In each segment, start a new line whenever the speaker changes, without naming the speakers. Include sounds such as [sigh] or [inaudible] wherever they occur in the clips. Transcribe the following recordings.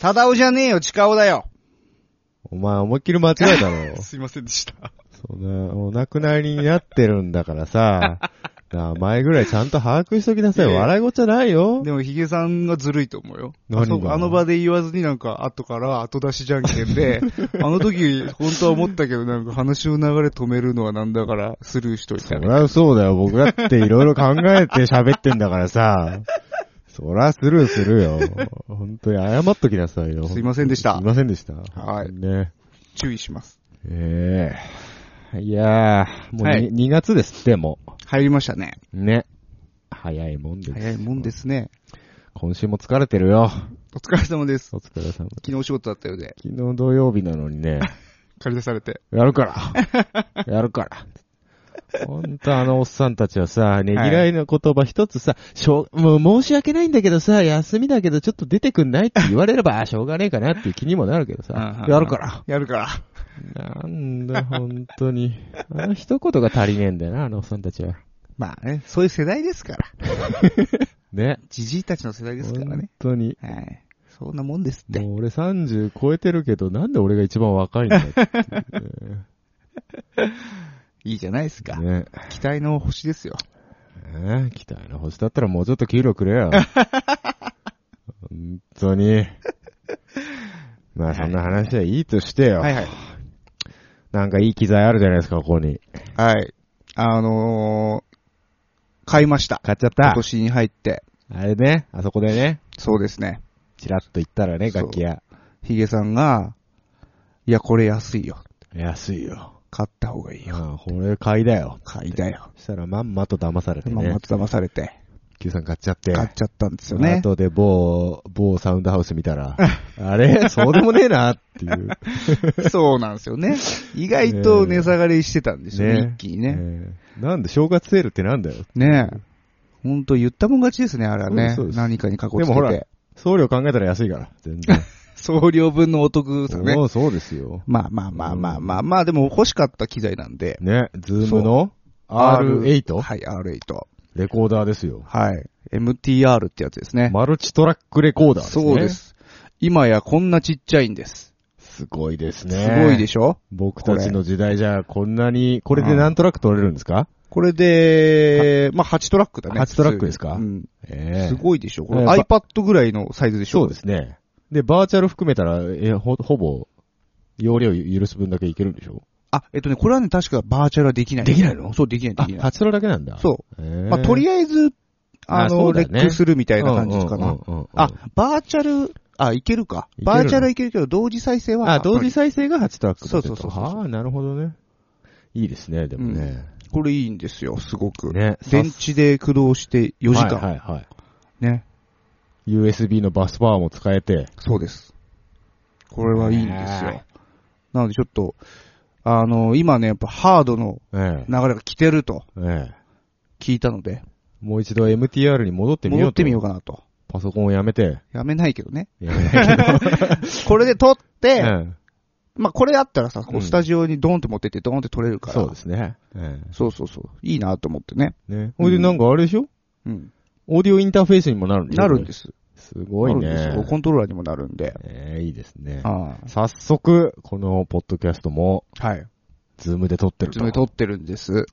ただおじゃねえよ、近尾だよ。
お前思いっきり間違えた [laughs] ろ。
すいませんでした。
そんな、お亡くなりになってるんだから [laughs] さ、名前ぐらいちゃんと把握しときなさい。
いやいや
笑い事じゃないよ。
でも、ヒゲさんがずるいと思うよ。
何が
あそあの場で言わずになんか、後から後出しじゃんけん [laughs] で、あの時、本当は思ったけど、なんか話の流れ止めるのはなんだから、スルーしとい
そ
た。
りゃそうだよ。僕だっていろいろ考えて喋ってんだから [laughs] さ。そりゃスルーするよ。本当に謝っときなさいよ。
すいませんでした
すいませんでした。
はい
ね。
注意します。
ええいやー、もうに、
はい
2月ですって、も
入りましたね。
う。ね。早いもんです。
早いもんですね。
今週も疲れてるよ。
お疲れ様です。
お疲れ様。
昨日お仕事だったようで、
昨日土曜日なの
[laughs]
にね、
借り出されて。
やるから。やるから。ほんとあのおっさんたちはさ、ねぎらいの言葉一つさ、しょう、もう申し訳ないんだけどさ、休みだけどちょっと出てくんないって言われれば、あしょうがねえかなっていう気にもなるけどさ、やるから。。
やるから。
なんだ、ほんとに。あの一言が足りねえんだよな、あのおっさんたちは。
まあね、そういう世代ですから。
ね。
じじいたちの世代ですからね。
本当に。
はい。そんなもんですって。
もう俺30超えてるけど、なんで俺が一番若いんだっていうね
いいじゃないですか。
ね。
期待の星ですよ。
ええ、期待の星だったらもうちょっと給料くれ
[laughs]
よ。本当に。まあそんな話はいいとしてよ。
はいはい。
なんかいい機材あるじゃないですか、ここに。
はい。あのー、買いました。
買っちゃっ
今
た。
年に入って。
あれね、あそこでね、
そうですね。
チラッと行ったらね、
そう
楽器屋。
ヒゲさんが、いや、これ安いよ。
安いよ。
買った方がいいよ。
ああ、これ買いだよ。
買いだよ。
そしたらまんまと騙されて
まん
ね
ま。と騙されて、
Q さん買っちゃって。
買っちゃったんですよね。
後で某、某サウンドハウス見
[laughs]
たら、あれそうでもねえなっていう。
そうなんですよね。意外と値下がりしてたんですよね、 [laughs] 一気にね。
ええなんで正月セールってなんだよ。
ねえ。ほんと言ったもん勝ちですね、あれはね
そうですそうで。す
何かに囲
でもほ
つけ
ら
て。
送料考えたら安いから、
[laughs]
全然。
送料分のお得さね。
そうそうですよ。
まあまあまあまあまあまあ、でも欲しかった機材なんで。
ね、ズームの
R-
R8?
はい、R8。
レコーダーですよ。
はい。MTR ってやつですね。
マルチトラックレコーダーですね。
そうで。す。今やこんなちっちゃいんです。
すごいです
す
ね。
ごいで
し
しょ
僕たちの時代じゃこんなに、これで何トラック取れるんですか
これで、まあ8トラックだね。
8トラックです
普
か
通にうん。
え
す
え
ごいでしょこれ
えーば
iPad ぐらいのサイズでしょ
そうですね。で、バーチャル含めたら、え、ほ、ほぼ、容量許す分だけいけるんでしょ
あ、えっとね、これはね、確かバーチャルはできない。できないのそう、できない、で
あ、
きない。
8トラだけなんだ。。
そうう。まあ、とり
あ
あえず、あ
あそ
の、
うだ
レ
よね
ックするみたいな感じか
うん
な
うん。うんうんうん
あ、バーチャル、あ、いけるか。
いける
バーチャルはいけるけど、同時再生は。
あ、同時再生が8トラック
そうそうそうそう
ああ、なるほどね。いいですね、でもね。
これいいんですよ、すごく。
ね。
電池で駆動して4時間。
はいはいはい。
ね。
USB のバスパワーも使えて。
そうです。これはいいんですよ
ね。
なのでちょっと、あの、今ね、やっぱハードの
ええ。
流れが来てると
ええ。
聞いたので、
もう一度 MTR に戻ってみよ
戻
う
ってみよう
う。
かなと。
パソコンをやめて。
やめないけど [laughs] ね。
やめないけど。
これで撮って、
え
まあ、これあったらさ、こ
う
うんスタジオにドーンって持ってってドーンって撮れるか
え
ら。
そうですね。え
そうそうそう。いいなと思ってね。
え。ね。ほいでなんかあれでしょ
うん。
オーディオインターフェースにもなるんでしょ。
なるんですす。
すごい
なるん
ね
です。よコントローラーにもなるんで。
ええ、いいですね。
あ
早速、このポッドキャストも、
あはい。
ズームで撮ってると。
爪撮ってるんです。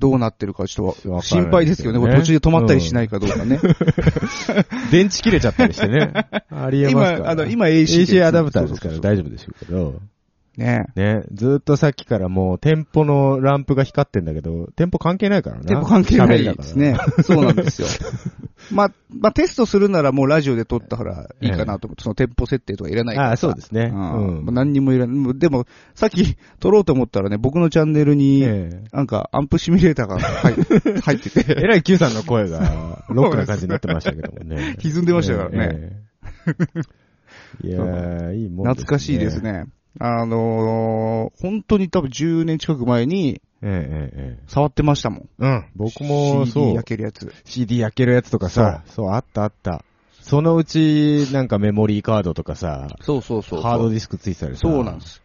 どうなってるかちょっ
わかんな
と
い
心配ですけどね。こ
ですよね
れ途中で止まったりしないかどうか
[laughs]
ね。
電池切れちゃったりし
[laughs]
てね。ありえますから。
今、あの、今 AC。
AC アダプターですから
そうそう
大丈夫でしょうけど。
そうね
ね、ずーっとさっきからもう店舗のランプが光ってんだけど、店舗関係ないからな。
でも関係な
喋りだ
い
か
で
ら
す。ね。そうなんです
[laughs]
よ。まあ、まあ、テストするならもうラジオで撮ったからいいかなと思って、その店舗設定とかいらないから
あ
さ。
あ、そうですね。
う
う
ん
ん。
まあ何にもいらないもう。でも、さっき撮ろうと思ったらね、僕のチャンネルに、
え
なんかアンプシミュレーターが入っ
[laughs]
入って
え
て、。
えらい Q さんの声が、ロックな感じになってましたけどもね
[laughs] 歪んでましたからね。
ね。いやー、いいもん
懐かしいです。ね。あのー、本当に多分10年近く前に
ええええええ
触ってましたもん。
うん。僕も、
CD
そう
焼、けるやつ。
CD 焼けるやつとかさ、そう、あったあった。そのうち、なんかメモリーカードとかさ、
そうそうそうそう。
ハードディスクついてたりさ
そうなんです。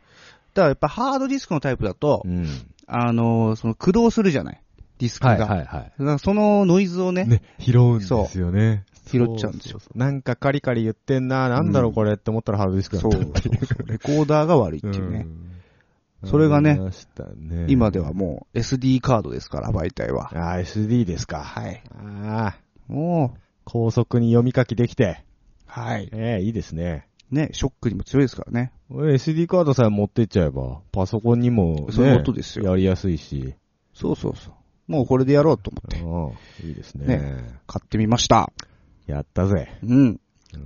だからやっぱハードディスクのタイプだと、
うん。
あのーその駆動するじゃないディスクが。
いは
だからそのノイズを
い
ね、
ね、拾うんですよね。
拾っちゃうんですよ。
そそそなんかカリカリ言ってんな、なんだろうこれって思ったらハードディスクだ
そ
っ
う
た
そ
[laughs] っ
う
てい
そうレコーダーが悪いって
う
いうね。
うん
それがね
ありましたね
今ではもう SD カードですから、媒体は。
あー、SD ですか。
はい。
ああ、
もう、
高速に読み書きできて。
はい。
ええいいですね。
ね、ショックにも強いですからね。
俺 SD カードさえ持ってっちゃえば、パソコンにも、ね、
そういうことですよ
やりやすいし。
そうそうそう。もうこれでやろうと思って、
うん、いいですね
ね買ってみました。
やったぜ。
うん。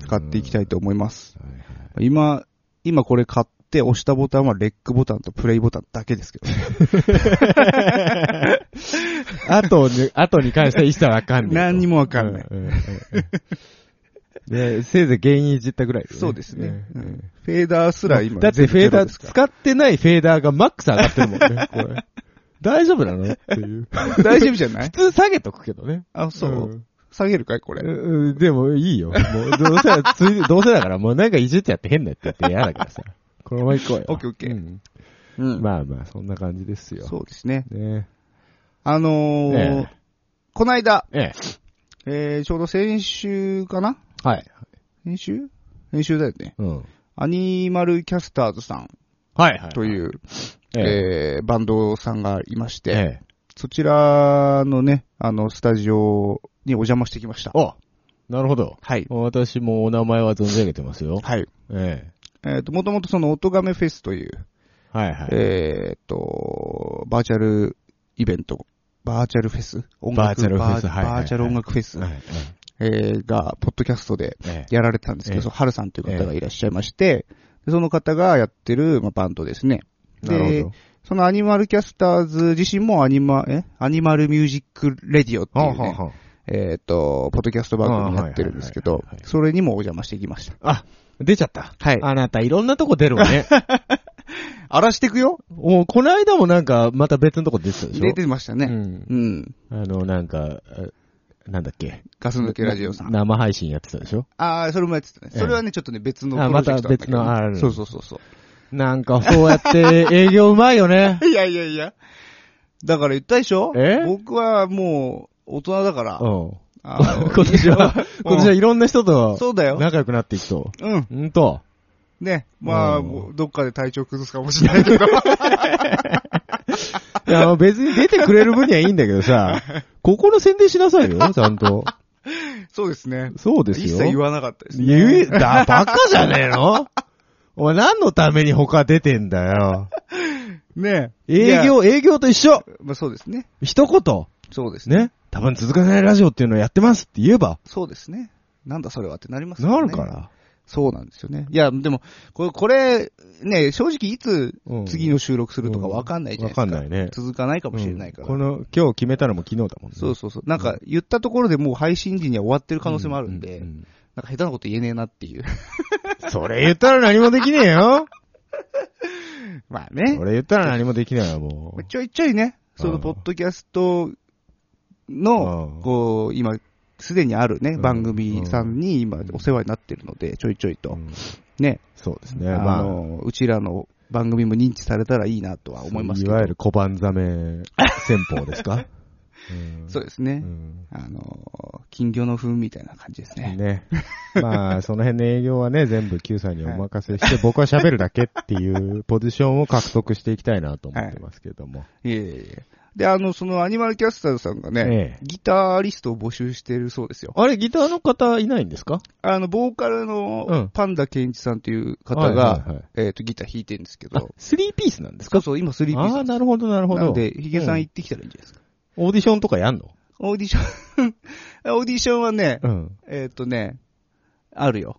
買っていきたいと思います。
はいはい
今、今これ買って押したボタンはレックボタンとプレイボタンだけですけ
[laughs]
どね。
あとに、あとに関しては一切わかんない。
[laughs] 何にもわかんない
うん。うんうんで、せいぜい原因いじったぐらい、
そうですね。
う
うんんフェーダーすら今
だってフェ
ゼロ
ーダー、
ゼロですか
使ってないフェーダーがマックス上がってるもん
[laughs]
ね、これ。大丈夫なのって [laughs] いう。
ら [laughs] 大丈夫じゃない
普通下げとくけどね。
あ、そう、
ん
下げるかいこれ。
うんうんでもいいよ。もうどうせ、ついどうせだからもうなんかいじってやって変なやつやって嫌だからさ。このまま行こうよ。
オッケーオッケー
うん
うん
まあまあ、そんな感じですよ。
そうですね。
ね
あの
え
ー
え
この間、
え。ええ。
えー、ちょうど先週かな
はい。
先週先週だよね。
うん。
アニマルキャスターズさん
はいはい。
という、
ええ、
えーバンドさんがいまして、
ええ。
そちらのね、あの、スタジオにお邪魔してきました。
おなるほど。
はい。
私もお名前は存じ上げてますよ。
はい。
え
[laughs] えっ、と、もともとその、音亀フェスという、
え。はいはい。
えっ、と、バーチャルイベント、バーチャルフェス音
バーチャルフェス
バー
はいはいはい
バーチャル音楽フェス、
はいはい
えーが、ポッドキャストで
ええ。
やられてたんですけ
ええ
ど、ハルさんという方がいらっしゃいまして、でその方がやってる、まあ、バンドですね。で
なるほど。
そのアニマルキャスターズ自身もアニマ、えアニマルミュージックレディオっていうね、
は
えっ、と、ポッドキャスト番組やってるんですけ
はい
ど
はいはいは、い
それにもお邪魔してきました。
ああ、出ちゃった。
はい
あなたいろんなとこ出る
[laughs]
わね。
荒らしていくよ
もうこの間もなんかまた別のとこ出てたでしょ
出てました
う
ね。
ん
う。ん。
あの、なんか、あなんだっけ。
ガス抜けラジオさん。
生配信やってたでしょ
ああ、それもやってたね。
ええ
それはね、ちょっとね、別のプ
あ
ロジェクトなんだけど
また別のあある
そうそうそうそ
なんかそうやって営業うまいよ
[laughs]
ね。
う。いやいやいや。だから言ったでしょ
え
僕はもう、大人だから
う。ん。
あの
[laughs] 今年は、今年はいろんな人 [laughs] と
そうだよ。
仲良くなっていくと。
うん。
うんと。
ね。まあ、
うん
もうどっかで体調崩すかもしれないけ
[laughs]
ど。
いや、別に出てくれる分にはいいんだけ
[laughs]
どさ、ここの宣伝しなさいよ、ちゃんと。
そうですね。
そうですよ。
一切言わなかったですね。
言え、だ、バカじゃねえのお前何のために他出てんだよ。
ね
営
いや
業、営業と一緒
まあそうですね。
一言
そうですね。
ね。多分続かないラジオっていうのをやってますって言えば、
そうですね。なんだそれはってなりますよね。
なるから。
そうなんですよね。いや、でも、これ、これ、ね、正直いつ
うん
次の収録するとかわかんないじゃないですか。
うんわかんないね
続かないかもしれないから。
この、今日決めたのも昨日だもんね。
そうそうそう。なんか、言ったところでもう配信時には終わってる可能性もあるんで、
うううん
なんか下手なこと言えねえなっていう。 [laughs]
それ言ったら何もできねえよ。
まあ
そ
ね。
れ言ったら何もできないよ、も
ちょいちょいね、その、ポッドキャスト
う
の
ん、
こう、今、すでにあるね、
ん。
番組さんに今お世話になってるので、ちょいちょいうと
う。ん
ね、
そうですね。
あ
まあ、
の、うちらの番組も認知されたらいいなとは思います
い
けど
わ。ゆる小判ザメ戦法で
[laughs]
すかうん
そうですね
う。ん
あの、金魚の糞みたいな感じですね。
ね。まあ、その辺の営業はね、全部 Q さんにお任せ
[laughs]
して、僕は喋るだけっていうポジションを獲得していきたいなと思ってますけども。
いえいえいえ。で、あの、そのアニマルキャスターズさんがね、
ええ。
ギタリストを募集してるそうですよ。
あれ、ギターの方いないんですか
あの、ボーカル
う
の
ん
パンダケンイチさんという方
はい
が
はいはい、
えっと、ギター弾いてるんですけ
あ
ど、、
スリーピースなんです
そ
か
うそう、今3ピース
ああー、なるほど、なるほ
な
ど。
んで、ヒゲさ
うんん
行ってきたらいいんじゃないですか。
オーディションとかやんの
オーディション、 [laughs] オーディションはね、
うん。
えっとね、あるよ。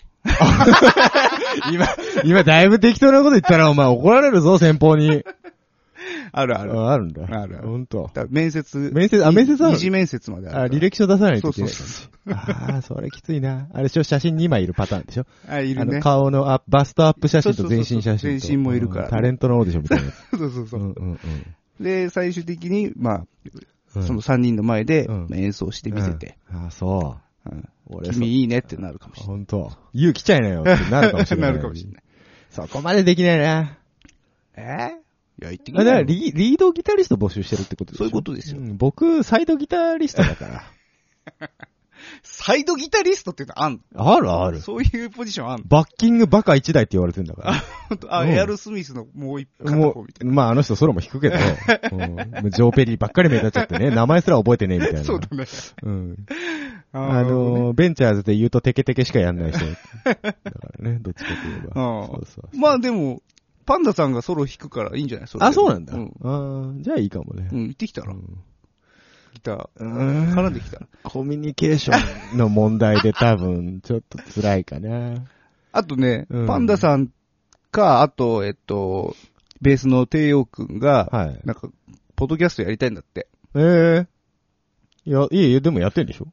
今、今だいぶ適当なこと言ったら、お前怒られるぞ、先方に。
あるある。
ああるんだ。
あるある
ほんと。
だから面接。
面接、あ、面接あ
二
る
次面接まであるから。
あ、履歴書出さないといけない。
そう
ああ、それきついな。あれでしょ、写真2枚いるパターンでしょ
あ、い
あ
る
の
ね。
顔のアップバストアップ写
そう
真と
そうそう
全身写真と。
全身もいるから
うんタレントのオーディションみたいなやつ。
そうそう
う
そ
ん
う。
うん
で、最終的に、ま
う
あ、
ん。
その3人の前で
うん
演奏してみせて、
うん。ああ、そう。
うん
俺
君いいねってなるかもしれない。
本当。勇気ちゃいなよってなるかもしれない。
るかもしれない。
そこまでできないな。
えーいや、言ってき
あだから
な
リ、リードギタリスト募集してるってことでし
そ
ょ
ういうことですよ
ん僕、サイドギタリストだから。
サイドギタリストっていうの [laughs] あん
あるあ
の
る。
そういうポジションあんの
バッキングバカ1台って言われてんだか
本当あ、
うん
エアル・スミスのもう一
ら。
片
も
方みた
う、
いな。
まああの人ソロも弾
[laughs]
くけど、うんもうジョーペリーばっかり目立っちゃってね、名前すら覚えてねえみたい
[laughs]
な。
そうだね。
うん。
あ
[laughs] あのー、ベンチャーズで言うとテケテケしかやんない人。だからね、どっちかといえ
うん
ば。そうそう
まあでも、パンダさんがソロ弾くからいいんじゃないそれで
あ、そうなんだ。
うん。
あーじゃあいいかもね
う。ん、行ってきた
う
ら、
ん
ギター、
うん
絡んできたら。
コミュニケーションの問題で多分、ちょっと辛いかな。
あとね、
うん
パンダさんか、あと、えっと、ベースの帝王くんが、
はい。
なんか、ポッドキャストやりたいんだって。
ええいや、いやいや、でもやってんでしょ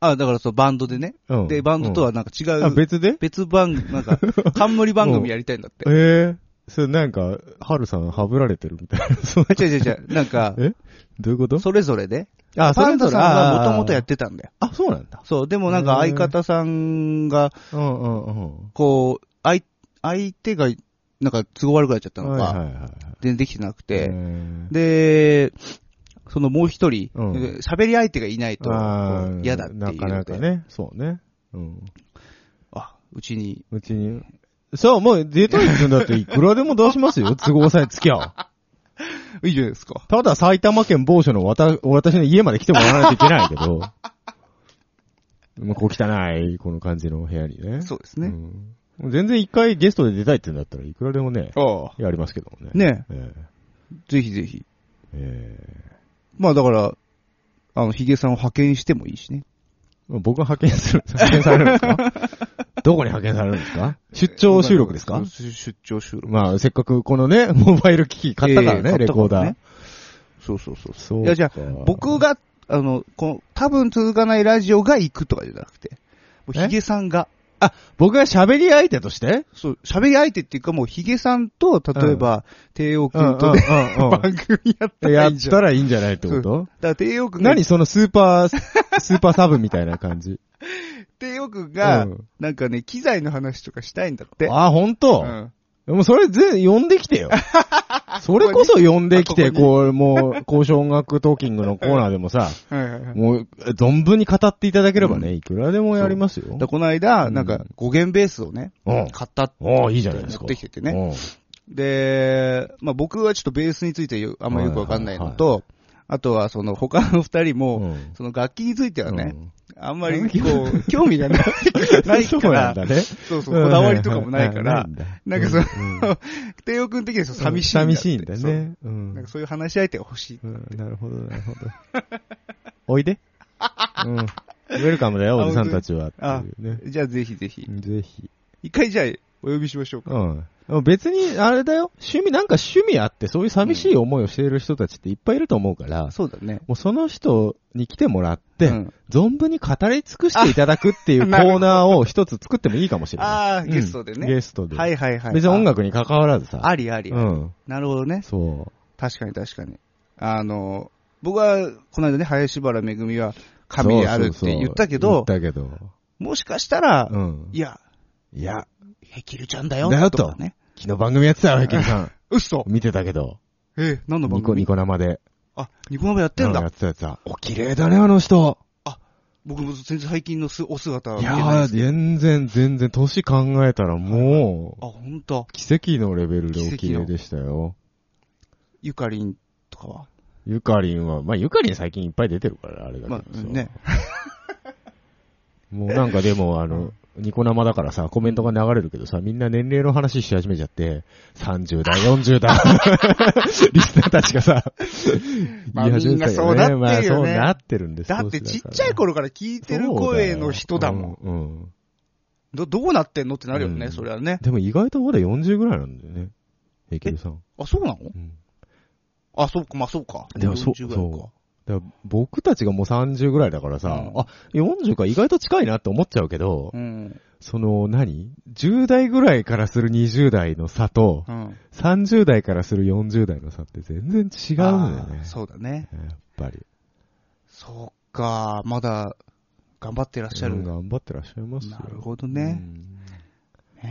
あ、だからそう、バンドでね。
うん。
で、バンドと
は、
はなんか違
あ、
う、
別で
別番、なんか、冠番組やりたいんだって
ええ。それなんか、ハルさんはぶられてるみたいな。 [laughs] そう
違う違う違う、なんか、
えどういうこと
それぞれで、
あ。
パンダさんはもともとやっててたんだよ。
あ、そうなんだ。
そう、でもなんか
へー
相方さんが、
うんうんうん。
こう、相、相手が、なんか都合悪くなっちゃったの
はいは
か、
いはいはい。
全然できてなく
え
て、
ー
で、そのもう一人、
うん
喋り相手がいないと
あ
こ
ー
う嫌だっていうので。
なかなかね。そうね。うん。
あ、うちに。
うちに。そう、もうデート行くんだっていくらでも出しま
[laughs]
すよ。都合さえつきゃ。
いいじゃないですか。
ただ埼玉県某所のわた、私の家まで来てもらわないといけないけど。まあ、こう汚い、この感じの部屋にね。
そうですね。
うん全然一回ゲストで出たいって言うんだったらいくらでもね、
ああ。
やりますけどもね。
ね
ええ。
ぜひぜひ。
え
まあだから、あの、ヒゲさんを派遣してもいいしね。
え僕が派遣する、派遣されるんですか [laughs] どこに派遣されるんですか出張収録ですか
出出張収録。
まあ、せっかくこのね、 [laughs] モバイル機器買ったからね、
ええ
レコーダ。
買
ー
っ。たからねそうそうそう。
そう
い
か
やじゃあ、僕、が、あの、この、多分続かないラジオが行くとかじゃなくて、もうヒゲさんが、
僕が喋り相手として
そう、喋り相手っていうかもうヒゲさんと、例えば、帝王君と
[laughs]
で、
うんうん
番組やった
うん
ら
や
いい
っ
んじゃん。だ
[laughs] たらいいんじゃないってこ
そ
と
から帝王君が、
何そのスー [laughs] パー、スーパーサブみたいな感じ。
帝王君が、
うん
なんかね、機材の話とかしたいんだって。
あ、ほんと、
うん
でもそれ全、呼んできてよ。 [laughs] それこそ呼んできて、
ここに
こう、もう、交渉音楽トーキングのコーナーでもさ、
はいはいはい。
もう、存分に語っていただければね、いくらでもやりますよ
だから。この間、
うん
なんか、5弦ベースをね、
うん
買ったって。
おーいいじゃないですか。
持ってきててね
うん。
で、まあ僕はちょっとベースについてよあんまよくわかんないのと、あとはその他の二人も、
うん
その楽器についてはね、
うん
あんまりこう、興味が
[laughs]
ないない
そ
か
う
ら
なん、だね。
そうそう、こだわりとかもないから、なんかその
の、
帝王君的にはそう寂
寂
し
し
いんだって。
いんだね。う
そう。なん
ん
か。そういう話し相手が欲しい。
うんなるほど、なるほど。おいで。うん。ウェルカムだよ、おじさんたちは。っていう [laughs] ね。
じゃあぜひぜひ。
ぜひ。
一回じゃあお呼びしましょうか。
うん。でも別に、あれだよ。趣味、なんか趣味あって、そういう寂しい思いをしている人たちっていっぱいいると思うから、
そうだね。
もうその人に来てもらって、
うん
存分に語り尽くしていただくっていうコ
あなる
ーナーを一つ作ってもいいかもしれない。
ああ、
うん
ゲストでね。
ゲストで。
はいはいはい。
別に音楽に関わらずさ。
あありあり、
うん。
なるほどね。
そ
確かに確かに。あの、僕は、この間ね、林原めぐみは神であるって言ったけど、
そうそうそう言ったけど。
もしかしたら、
うん。
いや、
いや、
ヘキルちゃんだよ、
だよと
とかね。
昨日番組やってたよ、ヘキルさん。
嘘
見てたけど。
えー、何の番
ニコ
組
ニコ生で。
あ、ニコ生やってん
やっ
だ。
てたやつだ。お、綺麗だね、あの人。
僕も全然最近のすお姿はい見て
や
ないで
ー、
す。
全然、全然、年考えたらもう、
あ、ほんと。
奇跡のレベルでお綺麗でしたよ。
ゆかりんとかは
ゆかりんは、まあ、ゆかりん最近いっぱい出てるから、あれだ
まあ
け、どさ
ね。
もうなんかでも、あの、ニコ生だからさ、コメントが流れるけどさ、みんな年齢の話し始めちゃって、30代、40代、
[laughs]
[laughs] リスナーたちがさ、
まあ
言い始めてた
みんなそうなってるよね
まあそうなってるんです
だってちっちゃい頃から聞いてる声の人だもん。。
そうようんうん。
ど、どうなってんのってなるよね、
うん
それはね。
でも意外とまだ40ぐらいなんだよね。平気さん。
あ、そうなの
うん
あ、そうか、まあそうか。
でもそう
40ぐらいか
だから僕たちがもう30ぐらいだからさ、
うん
あ、40か意外と近いなって思っちゃうけど、
うん。
その何、?10 代ぐらいからする20代の差と、
うん。
30代からする40代の差って全然違うんだよね
あー。そうだね。
やっぱり。
そうか、まだ、頑張ってらっしゃる。
うん頑張ってらっしゃいますよ。
なるほどね。
うん。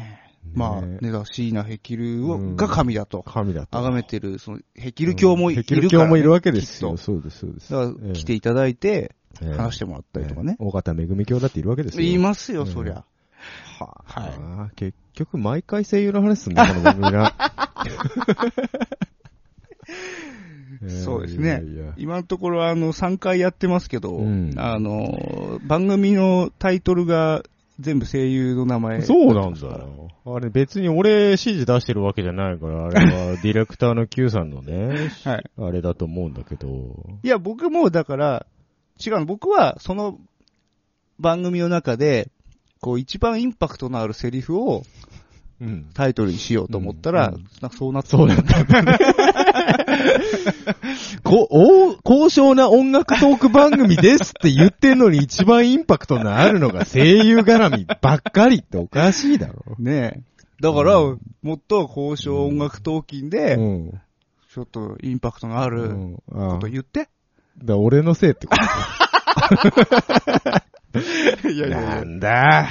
まあ、
ね
ねだ、椎名ヘキルを、
うん
が神だと。
神だと。
崇めてる、その、ヘキル教もいる
ヘキ
から、
ル教もいるわけですよ。
きっ
そうです、そうです。
とだか
ええ
ら、来ていただいて、
ええ
話してもらったりとかね。
ええ大方めぐみ教だっているわけですよ。
いますよ、
うん
そりゃ。
あ
はい。
ー結局、毎回声優の話すんだ、この番組な。
[laughs] そうですね
[laughs] いやいやいや
今のところ、あの、3回やってますけど、
うん
あの、番組のタイトルが全部声優の名前。
そうなんだよ。あれ別に俺指示出してるわけじゃないから、あれはディレクターの Q さんのね、 [laughs]
はい。
あれだと思うんだけど。
いや、僕もだから、違うの、僕はその番組の中で、こう一番インパクトのあるセリフを
うん。
タイトルにしようと思ったら、
うんうん
なんかそうなった。
そうなんだ、ね。こ、お、高尚な音楽トーク番組ですって言ってんのに一番インパクトのあるのが声優絡みばっかりっておかしいだろ。
ねえ。だから、
う
もっと交渉音楽闘金で、
うん。
ちょっとインパクトのあ
う
る
ん。
こ
あ
と
あ。
言って。
だ俺のせいってこと。
[laughs] いやいやい
な
や。
んだ。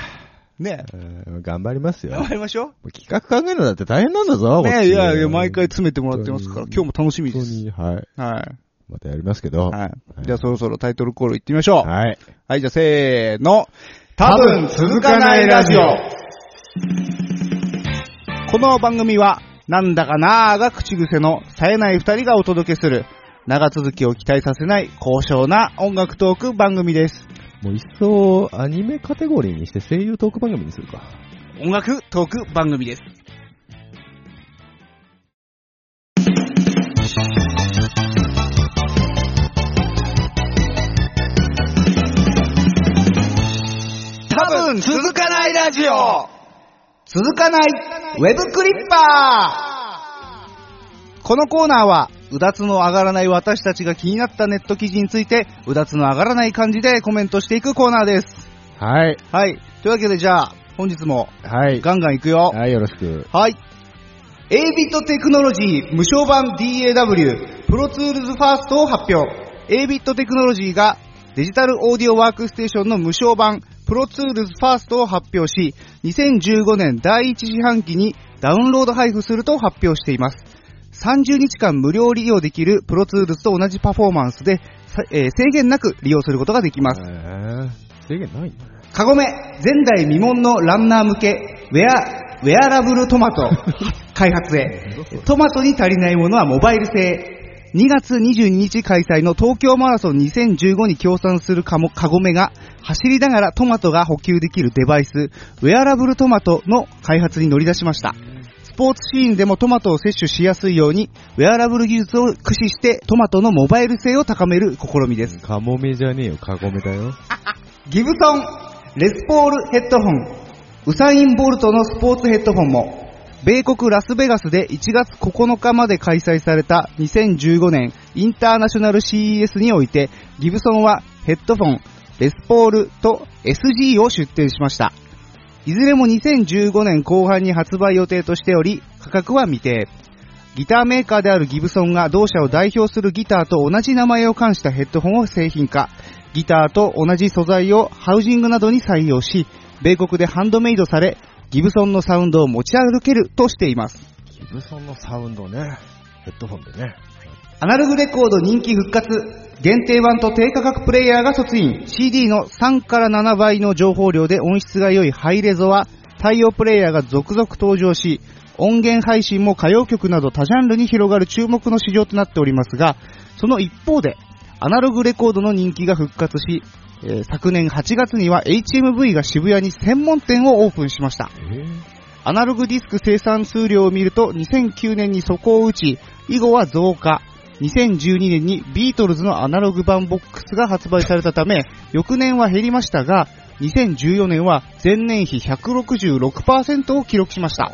ねえ。
うん頑張りますよ
頑。張りましょ
企画考えるのだって大変なんだぞ、
う。ね
こっ
え、
ち
いやいや、毎回詰めてもらってますから、
本当
今日
に
も楽しみで
本当
す。
に、はい。
は
またやりますけ
い。
ど。
はいい。じゃあそろそろタイトルコール行ってみましょう。
はい。
はい、じゃあせーの。
多分続かないラジオ。
この番組は、なんだかなーが口癖の冴えない二人がお届けする、長続きを期待させない高尚な音楽トーク番組です。
もう一層アニメカテゴリーにして声優トーク番組にするか。
音楽トーク番組です。多分続かないラジオ続かないウェブクリッパーこのコーナーは、うだつの上がらない私たちが気になったネット記事について、うだつの上がらない感じでコメントしていくコーナーです。
はい。
はい。というわけでじゃあ、本日も
はい。
ガンガンいくよ。
はい、よろしく。
はい。A ビットテクノロジー無償版 DAW プロツールズファーストを発表。A ビットテクノロジーがデジタルオーディオワークステーションの無償版プロツールズファーストを発表し、2015年第1四半期にダウンロード配布すると発表しています。30日間無料利用できるプロツールズと同じパフォーマンスで、さえー制限なく利用することができます。
制限ないんだね。
カゴメ、前代未聞のランナー向け、ウェア、ウェアラブルトマト開発へ。トマトに足りないものはモバイル製。2月22日開催の東京マラソン2015に協賛するカモカゴメが、走りながらトマトが補給できるデバイス、ウェアラブルトマトの開発に乗り出しました。スポーツシーンでもトマトを摂取しやすいように、ウェアラブル技術を駆使してトマトのモバイル性を高める試みです。
カモメじゃねえよ、カゴメだよ。
ギブソン、レスポールヘッドホン、ウサイン・ボルトのスポーツヘッドホンも、米国ラスベガスで1月9日まで開催された2015年インターナショナル CES において、ギブソンはヘッドフォン、レスポールと SG を出展しました。いずれも2015年後半に発売予定としており、価格は未定。ギターメーカーであるギブソンが同社を代表するギターと同じ名前を冠したヘッドホンを製品化。ギターと同じ素材をハウジングなどに採用し、米国でハンドメイドされ、ギブソンのサウンドを持ち歩けるとしています。
ギブソンのサウンドね。ヘッドホンでね。
アナログレコード人気復活。限定版と低価格プレイヤーが卒院。CD の3から7倍の情報量で音質が良いハイレゾは、対応プレイヤーが続々登場し、音源配信も歌謡曲など多ジャンルに広がる注目の市場となっておりますが、その一方で、アナログレコードの人気が復活し、えー昨年8月には HMV が渋谷に専門店をオープンしました。
えー
アナログディスク生産数量を見ると2009年に底を打ち、以後は増加。2012年にビートルズのアナログ版ボックスが発売されたため、翌年は減りましたが、2014年は前年比166%を記録しました。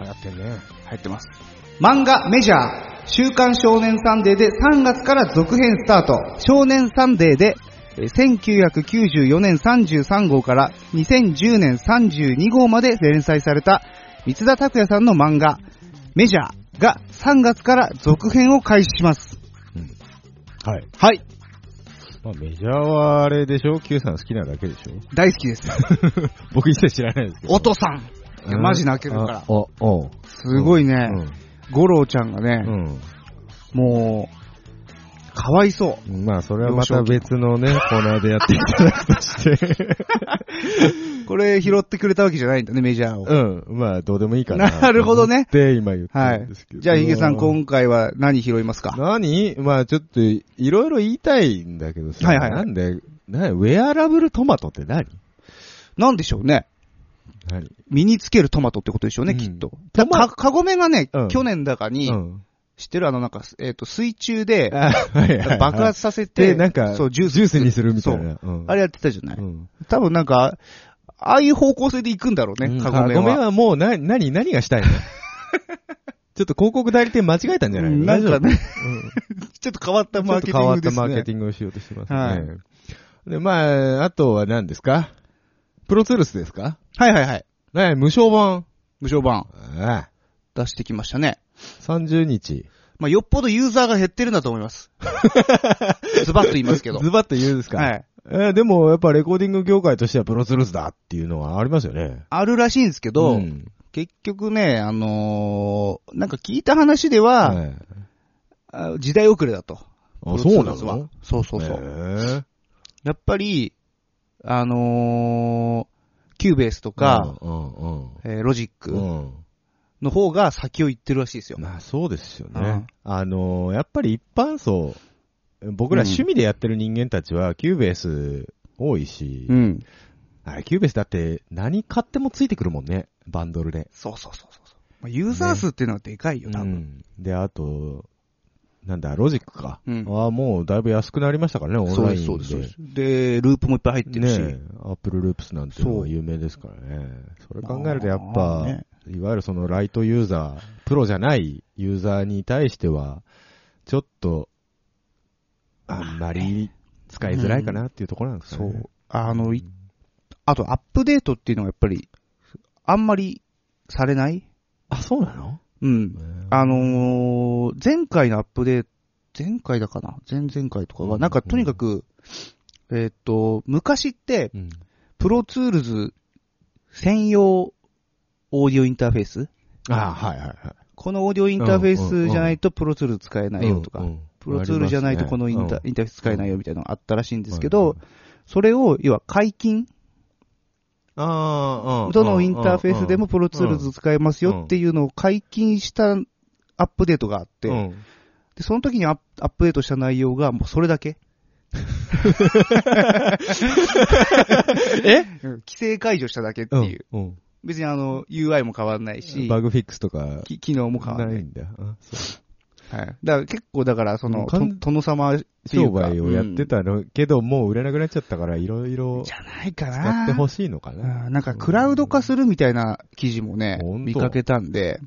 流行ってんね。
入ってます。漫画メジャー、週刊少年サンデーで3月から続編スタート。少年サンデーで、えー1994年33号から2010年32号まで連載された三田拓也さんの漫画メジャーが3月から続編を開始します。
はい。
はい、
まあメジャーはあれでしょ ?Q さん好きなだけでしょ
大好きです。
[laughs] 僕一切知らないですけ
[laughs]
ど。
おとさんいやマジ泣けるから
あお、おう。
すごいうね、
ん。
五郎ちゃんがね、
うん。
もう、かわいそ
まあ、それはまた別
[laughs]
のね、コーナーでやっていただくとして。
う。これ拾ってくれたわけじゃないんだね、メジャーを。
うん。まあ、どうでもいいかな。
なるほどね
で、今言って
は
る
い
んですけ。ど。
じゃあ、ヒゲさん、今回は何拾いますか
何まあ、ちょっと、いろいろ言いたいんだけどさ。
はいはいはい
なんで、なウェアラブルトマトって何
なんでしょうね。
何
身につけるトマトってことでしょうね、
うん
きっと。
トマ
か、かごめがね
う、ん
去年だかに
う、ん。
知ってるあの、なんか、えっと、水中で、
あはいはいはい
爆発させ
で、
て、
なんか、
そう、ジュース。
にするみたいな。うん
あれやってたじゃな
う
い
ん
多分なんか、ああいう方向性で行くんだろう
うん
ね、
カ
かご
ゴ
め
メ
は。
はもう、な、何、何
[laughs]
がしたいのちょっと広告代理店間違えたんじゃないの
なんかね、
うん
ちょっと変わった
ち
マ
ょ
ー
っと
ケテ
変わ
ィング
っ
で
た
すね。
マーケティングをしようとしてますね。
は
で、まあ、あとは何ですかプロツールスですか
はいはいはい。
ね、無償版。
無償版
ああ
出してきましたね。
30日。
まあ、よっぽどユーザーが減ってるんだと思い
[laughs]
ます。ズバッと言いますけど。
ズバッと言うんですか
はい。
えーでも、やっぱレコーディング業界としてはプロツールスだっていうのはありますよね。
あるらしいんですけど、
ん
結局ね、あのーなんか聞いた話では、
はい
あ時代遅れだと。
あ、そうな
プロツールスは
の
そうそうそう。
へえ
やっぱり、あのーキューベースとか、
うんうん
えーロジッ
う
ク
ん。うん。
の方が先を行ってるらしいですよ。
まあそうですよ
う
ね
ん。
あのーやっぱり一般層、僕ら
うん
趣味でやってる人間たちは、キューベース多いし、
ん。
あキューベースだって何買ってもついてくるもんね、バンドルで。
そうそうそうそうそう。まあ、ユーザー数っていうのはでかいよ、多
う
分。
んで、あと、なんだ、ロジックか。
うん
ああ、もうだいぶ安くなりましたからね、オン
そう
ラ
で
イン
す、
で。
そうです。そうですで、ループもいっぱい入ってるし。
ねアップルループスなんていうの
そ
は
う
有名ですからね。それ考えるとやっ
ま
ぱ
あ、ね
いわゆるそのライトユーザー、プロじゃないユーザーに対しては、ちょっと、あんまり使いづらいかなっていうところなんですか
そ
ね。
う。あの、いあとアップデートっていうのがやっぱり、あんまりされない
あ、そうなの
うん。あのー前回のアップデート、前回だかな前々回とか
う
が、
ん
なんかとにかく、えーっと、昔って、
うん。
プロツールズ専用オーディオインターフェース
あはいはいはい。
このオーディオインターフェースじゃないとプロツールズ使えないよとか
うん、うん
プロツールじゃないとこのインタ,、
ありますね
インターフェース使えないよみたいなのがあったらしいん
うん
ですけど、それを、要は解禁、
ああ、うん
どのインターフェースでもプロツールズ使えますよっていうのを解禁したアップデートがあって、
うん
で、その時にアップアップデートした内容がもうそれだけ。え規制解除しただけっていう。
うん
別にあの、UI も変わんないし、
バグフィックスとか、
き機能も変わんない。
ないんだ。あそう
はい。だから結構だから、その、
かん
と殿様ってい
商
うか
売をやってたの、けど、もう売れなくなっちゃったから、いろいろ
じゃないかな。
使ってほしいのかな。
うんなんかクラウド化するみたいな記事もね、
ほんと
見かけたんで、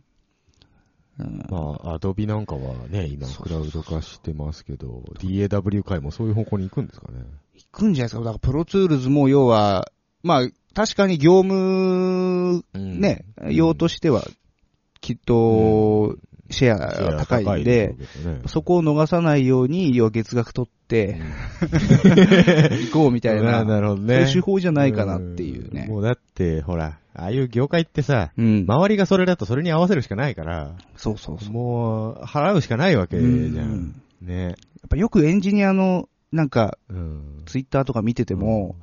うん、
まあ、アドビなんかはね、今、
そう
クラウド化してますけど、DAW 界もそういう方向に行くんですかね。
行くんじゃないですか。だからプロツールズも要は、まあ、確かに業務、ね、用途
し
しては、きっと、シェア
て
が高いんで、、そ
こ
こを逃さないように、要は月額取 [laughs] って、行こうみたいな、
なるほど
そう
ね。
いう手法じゃないかなっていうね
ん。もうだって、ほら、ああいう業界ってさ、
うん。
周りがそれだとそれに合わせるしかないから、
そうそうそう。
もう、払うしかないわけじ
う
ゃ
ん
ん。ね。
やっぱよくエンジニアの、なんか、
うん。
ツイッターとか見てても、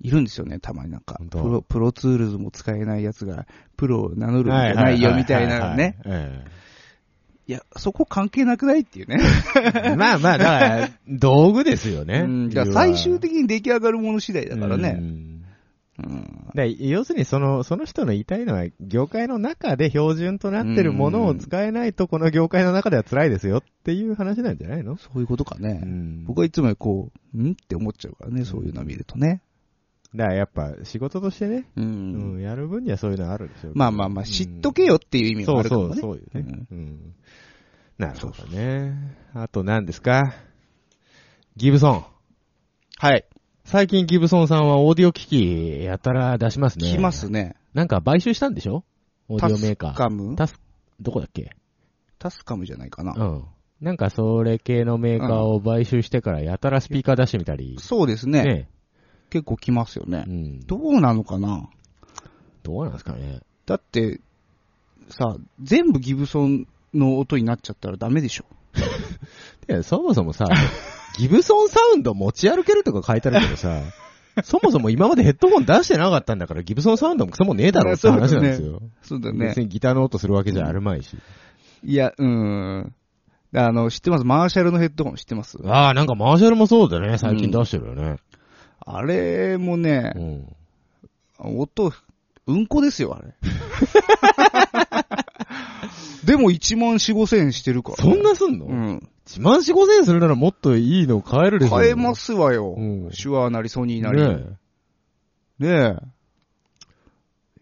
いるんですよね、たまになんか。
本
プ
当
ロ、プロツールズも使えないやつが、プロを名乗るんじゃないよ、みたいなのね。
はいはいはいはい。ええ
いや、そこ関係なくないっていうね。
まあまあ、だから、道具ですよね。
うんだから最終的に出来上がるもの次第だから
う
ね。
ん。
うん
だから要するにその、その人の言いたいのは、業界の中で標準となってるものを使えないと、この業界の中では辛いですよっていう話なんじゃないの
そういうことか
う
ね。
ん。
僕はいつもこう、んって思っちゃうからね、そういうの見るとね。
だからやっぱ、仕事としてね、
う
うん
ん。、
やる分にはそういうのあるでしょうけど
まあまあまあ、知っとけよっていう意味
そ
もあ
う
るか
そ
も
う、
ね。
そうよね。うん。なるほ
そ
どね。あと何ですかギブソン。
はい。
最近ギブソンさんはオーディオ機器やたら出しますね。
来ますね。
なんか買収したんでしょオーディオメーカー。
タスカム
タス、どこだっけ
タスカムじゃないかな
う。ん。なんかそれ系のメーカーを買収してからやたらスピーカー出してみたり。
そうですね。結構来ますよね
う。ん。
どうなのかな
どうなんですかね。
だって、さ、全部ギブソンの音になっちゃったらダメでしょ。
でそもそもさ、 [laughs] ギブソンサウンド持ち歩けるとか書いてあるけ
[laughs]
どさ、そもそも今までヘッドホン出してなかったんだから、ギブソンサウンドもクソもねえだろって話なんですよ。
そうだね
別。にギターの音するわけじゃあるまいし。
いや、うーん。あの、知ってますマーシャルのヘッドホン知ってます
ああ、なんかマーシャルもそうだね。最近出してるよね。
あれもね
う、ん。
音、うんこですよ、あ [laughs] れ。でも1万4、5千円してるから。
そんなすんの、
うん。
自慢4、5千円するならもっといいの買えるでしょ。
買えますわよ。
うん
シュアーなりソニー
ね
なり。ね
え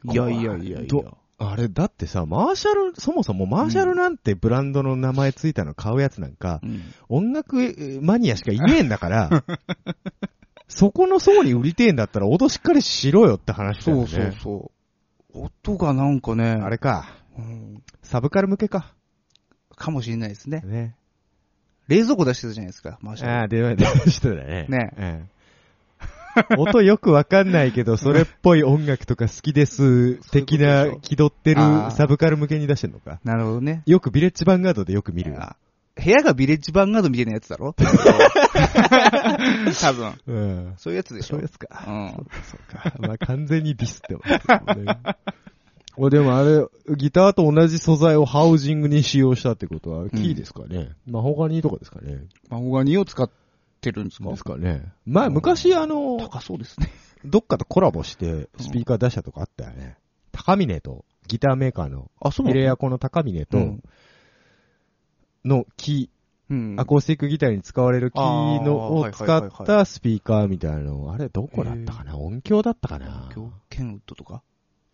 え。いやいやいやいや
ど。あれ、だってさ、マーシャル、そもそもマーシャルなんてブランドの名前ついたの買うやつなんか
う、ん
音楽えーマニアしかいねえん
[laughs]
だから、そこの層に売りてえんだったら音しっかりしろよって話だよ
そ
ね。
うそうそう。音がなんかね、
あれか、
うん
サブカル向けか。
かもしれないですね。
ね。
冷蔵庫出してたじゃないですか、マーシャ
あ
ル。
あ、出出ましたね。
ね
ええ。音よくわかんないけど、それっぽい音楽とか好きです、的
そういう
な
ことでしょ
気取ってる
ああ
サブカル向けに出してんのか。
なるほどね。
よくビレッジヴァンガードでよく見る。
あ部屋がビレッジヴァンガードみたいなやつだろ [laughs] 多分。
うん。
そういうやつでし
そう
ょ
いうやつか。
うん
そうか、そうか。 [laughs] まあ完全にディスってますけどね [laughs] おでもあれ、ギターと同じ素材をハウジングに使用したってことは、キーですかね。まあ他にとかですかね。
マホガニを使ってるんですか
ですかね。まあ昔あの、
高そうですね。
どっかとコラボしてスピーカー出したとかあったよね。高峰と、ギターメーカーの、
あ、そ
ミレアコの高峰
う
と
ん、
の木、
うん。
アコースティックギターに使われる木の
あー
を使
はいはい
っ
はいは
たスピーカーみたいなの、あれどこだったかな音響だったかな
狂犬ウッドとか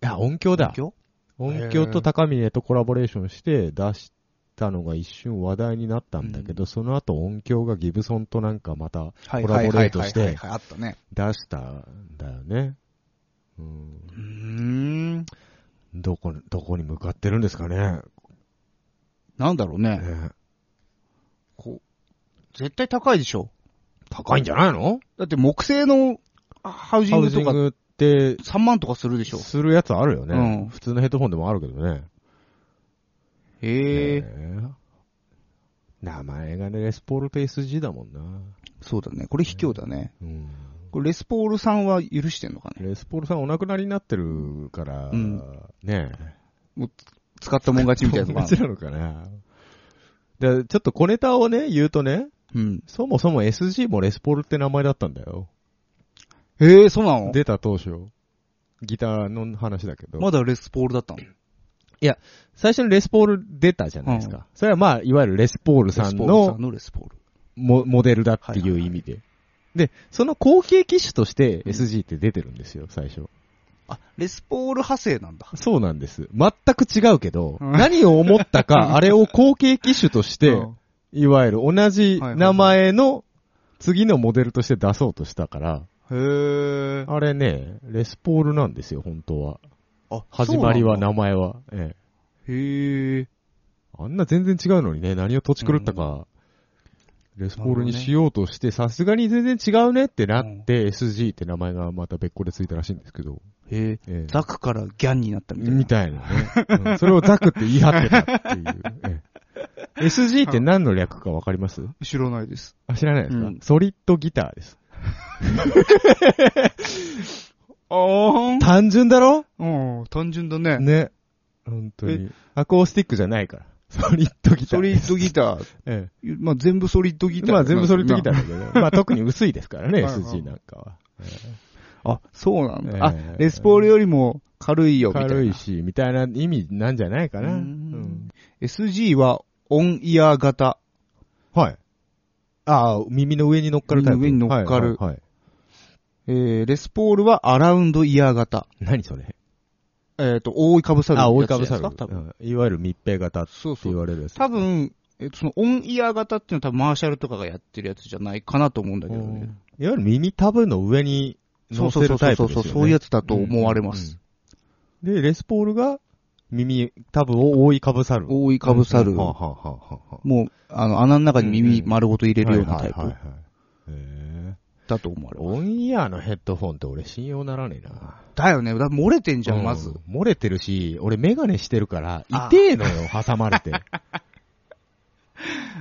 いや、音響だ
音。響
音響と高峰とコラボレーションして出したのが一瞬話題になったんだけど、その後音響がギブソンとなんかまた
はい
コラボレートして
はいはいはいはいあったね。
出したんだよね。うん
うーん。
どこ、どこに向かってるんですかね。
なんだろうね。
ね
こう、絶対高いでしょ。
高いんじゃないの
だって木製のハウジ
ハ
ン
ウ
グ
ジ
と
ン
か
グって、
3万とかするでしょ。
するやつあるよね。
うん
普通のヘッドホンでもあるけどね。
へえ、
ね名前がね、レスポールと SG だもんな。
そうだね。これ卑怯だね。
うん。
これレスポールさんは許してんのかね
レスポールさんお亡くなりになってるから、
うん
ねえ。
使ったもん勝ちみたいなの
友
が。
達なのかな。で、ちょっと小ネタをね、言うとね、
うん。
そもそも SG もレスポールって名前だったんだよ。
へえ、そうなの
出た当初。ギターの話だけど。
まだレスポールだったの
最初にレスポール出たじゃないですか。それはまあ、いわゆるレスポールさん
レスポールさ
の
んのレスポール。
モモデルだっていう意味で。で、その後継機種として SG って出てるんですよ、最初。
あ、レスポール派生なんだ。
そうなんです。全く違うけど、
うん
何を思ったか、 [laughs] あれを後継機種として、
うん
いわゆる同じ名前の次のモデルとして出そうとしたから、
へえ。
あれね、レスポールなんですよ、本当は。
あ、
始まりは
そう
名前は。ええ
なんだ。へえ。
あんな全然違うのにね、何をとち狂ったか、レスポールにしようとして、さすがに全然違うねってなって、SG って名前がまた別個でついたらしいんですけど、
へえ。
ええ
ザクからギャンになったみたいな。
みたいなね、うんそれをザクって言い張ってたっていう。ええ SG って何の略かわかります
知らないです。
あ、知らないですか、
うん
ソリッドギターです。
あー
単純だろ
うん、単純だね。
ね。本当に。アコースティックじゃないから。ソリッドギター
ソリ
です。
ッドギタ
え
ー。まあ、全部ソリッドギ
え
ター。
まあ全部ソリッドギター
ー。
だけど、まあ特に薄いですからね、
はいはい
SG なんかは。
あ、そうなんだ。あ
ええ、
レスポールよりも軽いよ、みたいな。
軽いし、みたいな意味なんじゃないか
う
な。うんん
SG はオンイヤー型。
はい。ああ、耳の上に乗っかるタイプ。
耳の上に乗っかる
はいはいはい
えー、レスポールはアラウンドイヤー型。
何それ
えっ、と、覆いかぶさるやつじゃ
あ、覆
ないい
かぶ
です
さ
か。
る。
多
う
分。
んいわゆる密閉型って
そうそ
言
う。
われるやつ。
多分、えっ、と、そのオンイヤー型っていうのは多分マーシャルとかがやってるやつじゃないかなと思うんだけど
うん
ね。
いわゆる耳タブの上に
そ
乗
うそう
せ
そう
るタ
そうそ
イプ
う
です
そ
よ
う、
ね。
いうやつだと思われます。
で、レスポールが耳タブを覆いかぶさる。
覆いかぶさる。
うんは
も
あはあはあはあはあ
う、あの、穴の中に耳丸ごと入れるようなタイプ
はいはいはいはいへえ
だと思われます。
オンイヤーのヘッドフォンって俺信用ならねえな。
だよね。だ漏れてんじゃん、まず
う。ん。漏れてるし、俺メガネしてるから、
あ [laughs]
痛えのよ、挟まれて。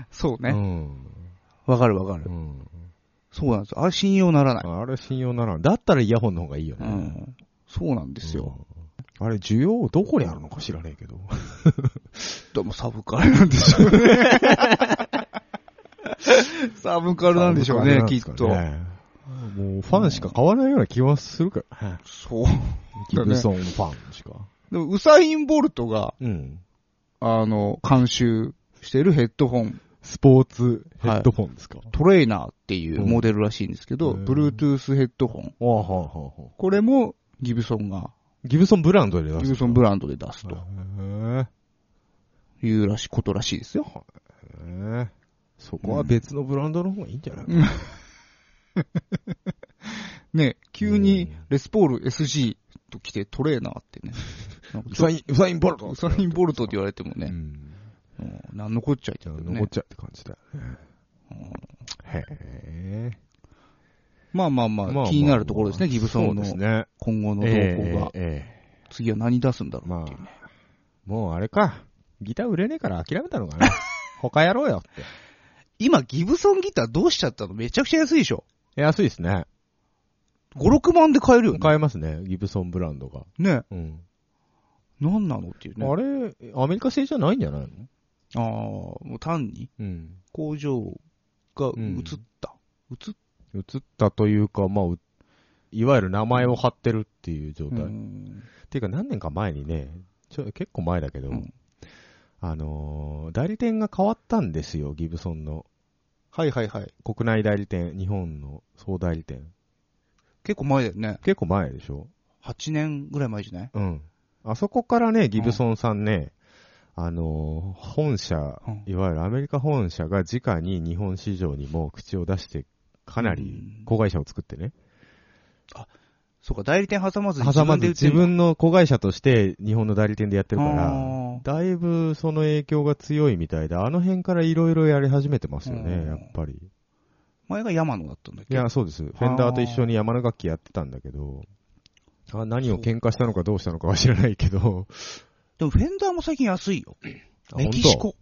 そうね。
うん
わ、かるわかる、
うん。
そうなんですよ。あれ信用ならない。
あれ信用ならん。だったらイヤホンの方がいいよ
う
ね。
ん。そうなんですよ。
うん。あれ、需要どこにあるのか知らねえけど。
でもサブカルなんでしょうね。 [laughs] サブカルなんでしょうね、きっと。
もう、ファンしか買わないような気はするから。
そう。
ギブソンファンしか。
でも、ウサイン・ボルトが、
うん。
あの、監修してるヘッドホン、
スポーツヘッドフォンですか。
トレーナーっていうモデルらしいんですけど、
うん
Bluetooth ヘッドホン。
ああ、はあ、はあ、は
これも、ギブソンが、
あ。ギブソンブランドで出す。
ギブソンブランドで出すと
ン。へ
いうらし、ことらしいですよ。
え。へえ。そこは別のブランドの方がいいんじゃないか
うんね、急にレスポール SG と来てトレーナーってね。なんか
ウ
ちょ
サイン、ウサインボルト
ウサイン・ボルトって言われてもね
う、ん。
うん、なんのこっちゃいって
じゃあ、
ね。
残っちゃうって感じだよね。へえ。
まあまあまあ、
まあまあ
気になるところですね、ギブソン
そう
の
ですね。
今後の動向が。
ええええ
次は何出すんだろう
まあ、もうあれか。ギター売れねえから諦めたの [laughs] かな。他やろうよって。
今、ギブソンギターどうしちゃったのめちゃくちゃ安いでしょ。
安いですね。
5、6万で買えるよね。
買えますね。ギブソンブランドが。
ね。
うん。
何なのっていうね。
あれ、アメリカ製じゃないんじゃないの
ああ、もう単に
うん。
工場が
うん
移った。移っ
映ったというか、まあ、ういわゆる名前を貼ってるっていう状
た。
態。
う
っ
ん
ていうか何年か前にね、ちょ結構前だけど、
うん
あのー代理店が変わったんですよ、ギブソンの。
はいはいはい。
国内代理店、日本の総代理店。
結構前だよね。
結構前でしょ
8年ぐらい前じゃない
うん。あそこからね、ギブソンさんね、あのー本社、
うん
いわゆるアメリカ本社が直に日本市場にも口を出して、かな
うん
り子会社を作ってね、
そうか、代理店挟まずに
挟まず自
売ってる
分の子会社として日本の代理店でやってるか
あ
ら
ー、
だいぶその影響が強いみたいで、あの辺からいろいろやり始めてますよ
う
ね、
ん
やっぱり。
前が山野だったんだっ
い
け
や、そうです。フェンダーと一緒に山の楽器やってたんだけど、あ何を喧嘩したのかどうしたのかは知らないけど、
でもフェンダーも最近安いよ。
あ
メキシコ。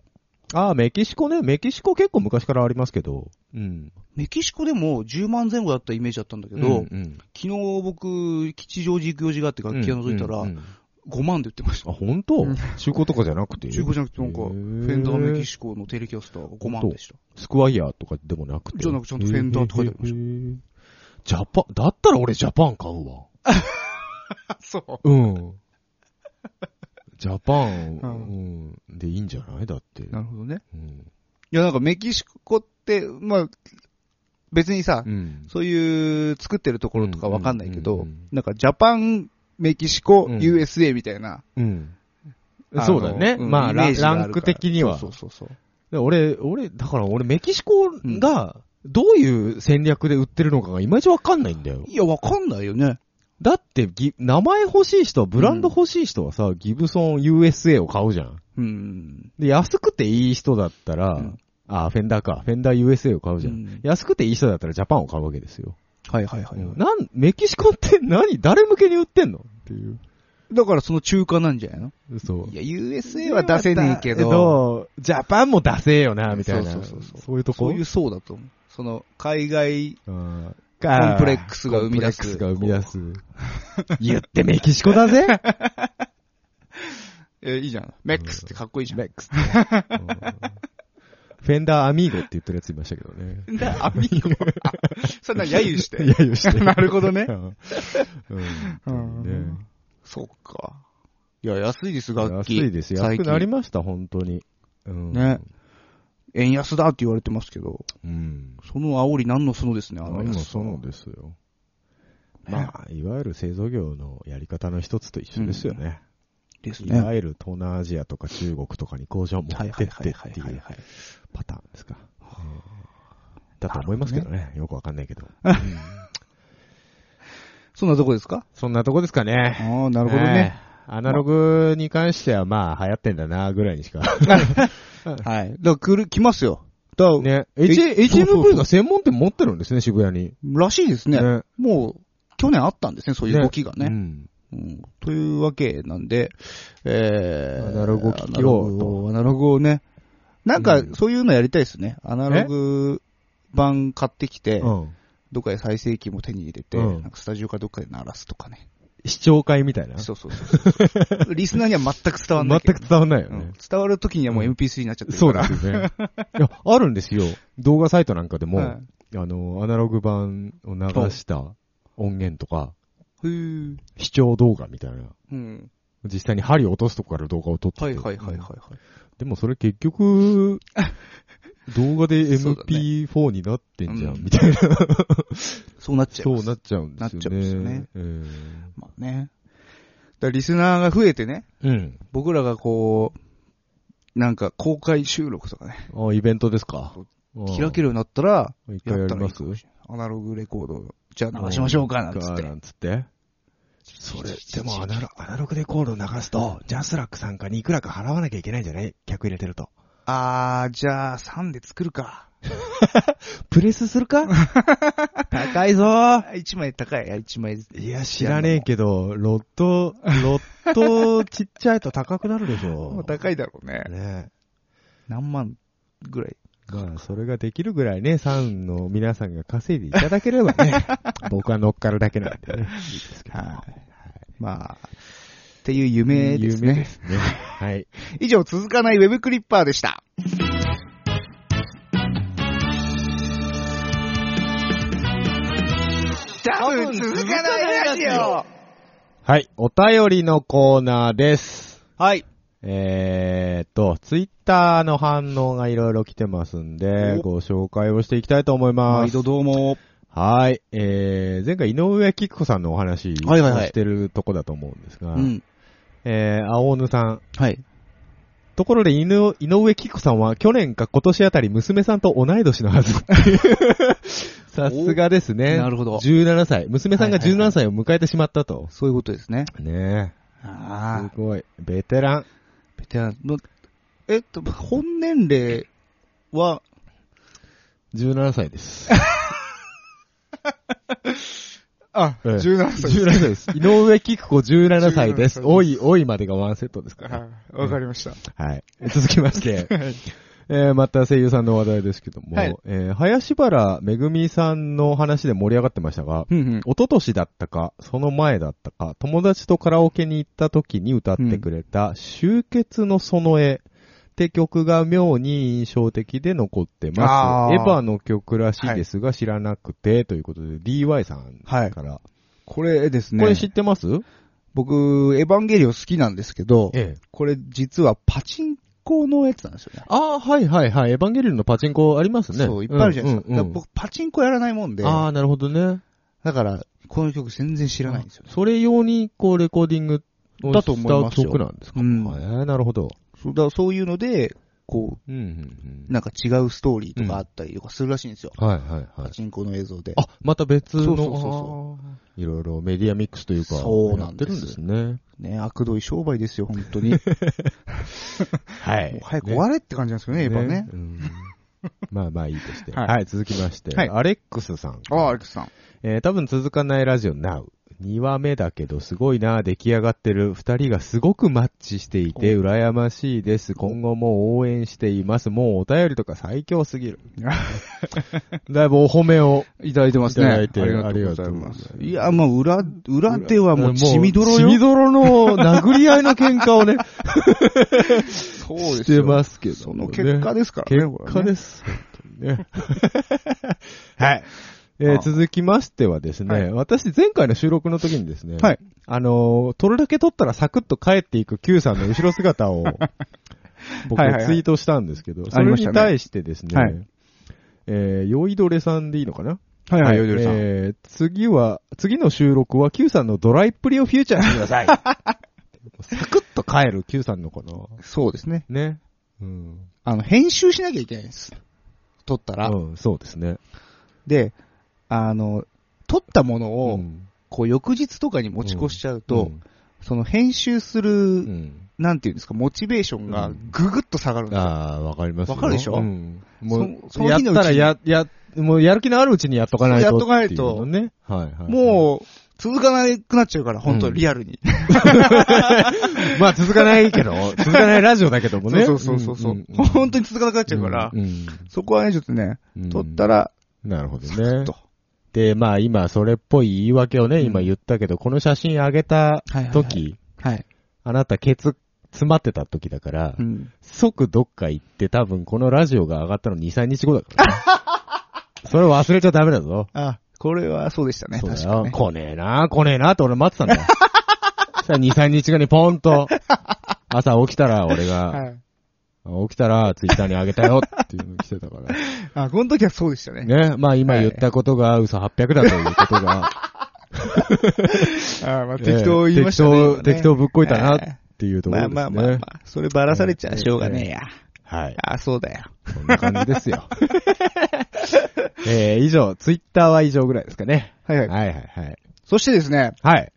ああ、メキシコね。メキシコ結構昔からありますけど。うん。
メキシコでも10万前後だったイメージだったんだけど、
うんうん、
昨日僕、吉祥寺行く用事があって楽器屋覗いたら、
うんうんうん
5万で売ってました。
あ、本当
うん
中古とかじゃなくて
中古じゃなくて、なんか、
へ
フ
ー
ェンダーメキシコのテレキャスターが5万でした。
スクワイヤーとかでもなくて
じゃなくちゃんとフェンダーとかでも
へージャパン、だったら俺ジャパン買うわ。
あ、そう。
うん。ジャパン、
う
うん、でいいんじゃないだって。
なるほどね。
うん。
いや、なんかメキシコって、まあ、別にさ、
うん
そういう作ってるところとかわかんないけ
うんう
ど
んうんうん、
なんかジャパン、メキシコ、
うん
USA みたいな。
うん
あの
そうだね。
ん
まあ、
イメ
ラ
ー
ン
ジがある
ランク的には。
そうそうそうそう。
で俺、俺、だから俺、メキシコが、どういう戦略で売ってるのかがいまいちわかんないんだよ。
いや、わかんないよね。
だってギ、名前欲しい人は、ブランド欲しい人はさ、ギブソン USA を買うじゃん。
うん。
で、安くていい人だったら、
うん
あ、フェンダーか。フェンダー USA を買うじゃん,、
うん
安くていい人だったらジャパンを買うわけですよ。
はいはいはいはい。
なん、メキシコって何誰向けに売ってんのっていう。
だからその中間なんじゃないの
そう。
いや、USA は出せねえけ
だ
ど、
ジャパンも出せえよな、みたいな。
そうそうそうそう
そういうとこ
そういう層だと思う。その、海外
うん
コンプレックスが生み出す
コンプレックスが生み出す。
[laughs]
言ってメキシコだぜ
えーいいじゃん。メックスってかっこいいじゃん。
メックス。うんフェンダーアミーゴって言ってるやついましたけどね。
な、アミーゴ。あそんな揶揄して。[laughs]
[laughs] 揶揄して
なるほどね
う。んうんね
そうか。いや、安いです、楽
安
器。
いですよ。安
最
く
近
なりました、本当に。うん
ね。円安だって言われてますけど、
うん。
その煽り何のそのですね、あ
あ
の
の、
安さ
そうですよ。
ね
まあ、いわゆる製造業のやり方の一つと一緒ですよね。
です
い
ね。
わ
はい
ゆる東南アジアとか中国とかに工場を持
はい
っ
は
て
い
っ
はい
て
は
ってい
い、
う
はい。
パターンですか。だと思いますけどね。よくわかんないけど。
そんなとこですか
そんなとこですかね。
ああ、なるほど
ね
ね。
え。アナログに関しては、まあ、流行ってんだな、ぐらいにしか。
はい。だから来る、来ますよ。だから
ね。
H- HMV
HMV
が
が専門店持ってるんですね、渋谷に。
らしいですね。
ね
もう、去年あったんですね、そういう動きがね。
うん。
うんというわけなんで、えー、
アナログ機器を
アナログをアナログをね、なんか
う、ん
そういうのやりたいですね。アナログ版買ってきて、
うん。
どっかで再生機も手に入れて、
うん
なんかスタジオかどっかで鳴らすとかね。
視聴会みたいな。
そうそうそう
[laughs]
そう。リスナーには全く伝わんな
全
いけどね、
く伝わんないよ
う
ね
ん。伝わる時にはもう MP3 になっちゃってる
そ
か
うで
ら。
すよね。いや、あるんですよ。動画サイトなんかでも、
はい
あの、アナログ版を流した音源とか、
ふー
視聴動画みたいな。
うん。
実際に針を落とすとこから動画を撮ってて
はいはいはいはい、はい。
でもそれ結 [laughs] 局、動画で
そうだね
MP4 になってんじゃん、
うん
みたいな。
そうなっちゃい
そ
ま
う
す。
なっちゃうんですよね。
なっちゃうんですよね
うん。
まあね。だからリスナーが増えてね、
うん。
僕らがこう、なんか公開収録とかね、
あ、イベントですか。
開け
る。
るようになったら、
一回
や
や
った
り
らい
ま
い
す
かもしれない。アナログレコード、じゃあ流しましょうか、なんつって。
なんつって。それ、でもアナロアナログレコード流すと、ジャスラックさんかにいくらか払わなきゃいけないんじゃない客入れてると。
あー、じゃあ3で作るか。
プレスするか高いぞー
1枚高い。1枚。
[laughs] いや、知らねえけど、ロット、ロッ [laughs] トちっちゃいと高くなるでし
まあ
ょ。
高いだろうね。
ね
何万ぐらい。
まあ、それができるぐらいね、サンの皆さんが稼いでいただければ
[laughs]
ね、僕は乗っかるだけなんでね。いいですけど。
はい。まあ、っていう夢ですね。
夢ですね。はい。
以上、続かないウェブクリッパーでした。多分続かないラジオ
はい、お便りのコーナーです。
はい。
えーっと、ツイッターの反応がいろいろ来てますんで、
お
ご紹介をしていきたいと思いま
毎
す
度。どうも。
はい。えー、前回井上貴子さんのお話を
はいはいはい
してるとこだと思うんですが、
うん。
えー、青ぬさん。
はい。
ところで犬、井上貴子さんは去年か今年あたり娘さんと同い年の
[laughs]
はず。さすがですね。
なるほど
17歳。娘さん
は
が
いはいはい
17歳を迎えてしまったと。
そういうことですね。
ねえ。
あ
すごい。ベテラン。
あ。ベテランの、えっと、本年齢は、
17歳
[laughs]
です。
あ、
ええ
17歳
17歳です。井上貴子17歳です。
17歳
おい、おいまでがワンセットですからね。
はいわかりました。
はい。続きまして。えーまた声優さんの話題ですけども、
はい
えー林原めぐみさんの話で盛り上がってましたが、
うんうん。
一昨年だったか、その前だったか、友達とカラオケに行った時に歌ってくれた、集結の園へって曲が妙に印象的で残って
あ
ます。
ー
エヴァの曲らしいですが知らなくて、ということで DY さん
はい
から。
これですね。
これ知ってます
僕、エヴァンゲリオン好きなんですけど、
ええ。
これ実はパチンコのやつなんですよね。
ああ、はいはいはい。エヴァンゲリオンのパチンコありますね。
そう、いっぱいあるじゃないですか。
うんう
だ
ん
から僕、パチンコやらないもんで、
ああ、なるほどね。
だから、この曲全然知らないんですよね。
それ用に、こう、レコーディングを
だと思いますよ
した曲なんですか。
うん
えーなるほど。
そうだからそういうので、こ
うんうん
う、なんか違うストーリーとかあったりとかするらしいんですよ。
うん。はいはいは
パ
い。
チンコの映像で。
あ、また別の。
そうそうそうそ
あーいろいろメディアミックスというか、
そうなんです
やってるんですね。
ね、悪どい商売ですよ、本
[laughs]
当に。も
は
う早く終われって感じなんですよね、エヴァね。
うん [laughs] まあまあいいとして。
はい
はい、続きまして、
はい
アレックスさん。
ああ、アレックスさん。
えー多分続かないラジオ NOW。2話目だけどすごいな、出来上がってる。二人がすごくマッチしていて、羨ましいです。今後も応援しています。もうお便りとか最強すぎ
[laughs]
る。だいぶお褒めを。
いただいてます
い
ね。
た
あ
だい
り
て
がとうございます
ありがとうございます。
いや、まあ、裏、裏手はもう、血みどろ
血み
よ。
どろの殴り合いの喧嘩をね、
[laughs] そう
して
よ。
ますけど、
その結果ですからね
結
これ
果
はね
です。本当に
[laughs]
ねはい。えー
あ
続きましてはですね、
は
私前回の収録の時にですね、
はい。
あのー、撮るだけ撮ったらサクッと帰っていく Q さんの後ろ
[laughs]
姿を、僕
はいはいはい
ツイートしたんですけど、そ
あり
れ
ました
に
ね
対してですね、
はい
えー、酔いどれさんでいいのかな
はよりん。
えー、次は、次の収録は Q さんのドライっぷりをフューチャーしてください。サクッと帰る Q さんのこの、
そうですね。
ね。うん。
あの、編集しなきゃいけないんです。撮ったら。
うん、そうですね。
で、あの、撮ったものを、
うん
こう、翌日とかに持ち越しちゃうと、
うん
その編集する、
うん。
なんていうんですか、モチベーションがぐぐっと下がるんですよ。
ああ、わかりますよ
わかるでしょ
うん。も
そその
う、やっ
日のうちに
たらや、や、もうやる気のあるうちにやっとかないと。
そうやっとかないと
っていうのね。はいはい。
もう、続かなくなっちゃうから、本当
うん
リアルに。
まあ続かない
[laughs]
けど、続かないラジオだけどもね。
そうそうそうそう。
んんん
本当に続かなくなっちゃうから、
うん
そこはね、ちょっとね、
うん
取ったら、
なるほど
サクッ
ね
と。。
で、まあ今、それっぽい言い訳をね、今言ったけど、この写真あげた
はいはいはい
時、
はい。
あなたケツ詰まってた時だから
う、ん。
即どっか行って多分このラジオが上がったの2、3日後だからね。 [laughs] それ忘れちゃダメだぞ。
あ、これはそうでしたね、
そうだ
確か
よ。
ね。
来ねえな、来ねえなって俺待ってた
[laughs]
んだよ。そしたら2、3日後にポンと、朝起きたら俺が、
はい。
起きたらツイッターにあげたよっていうの来てたから。
あ、この時はそうでした [laughs] ね。
ね、まあ今言ったことが嘘800だということが、
あまあ適当言いましたね。
ええ
今ね
適当、適当ぶっこいたなっていうとこ
ま
ろで
あ
すね。
[laughs] まあまあまあ、そればらされちゃしょうがねえや。
はい。
あ、そうだよ。
こんな感じですよ。 [laughs] えー、以上、ツイッターは以上ぐらいですかね。
はいはい
はいはいはい。
そしてですね、
はい。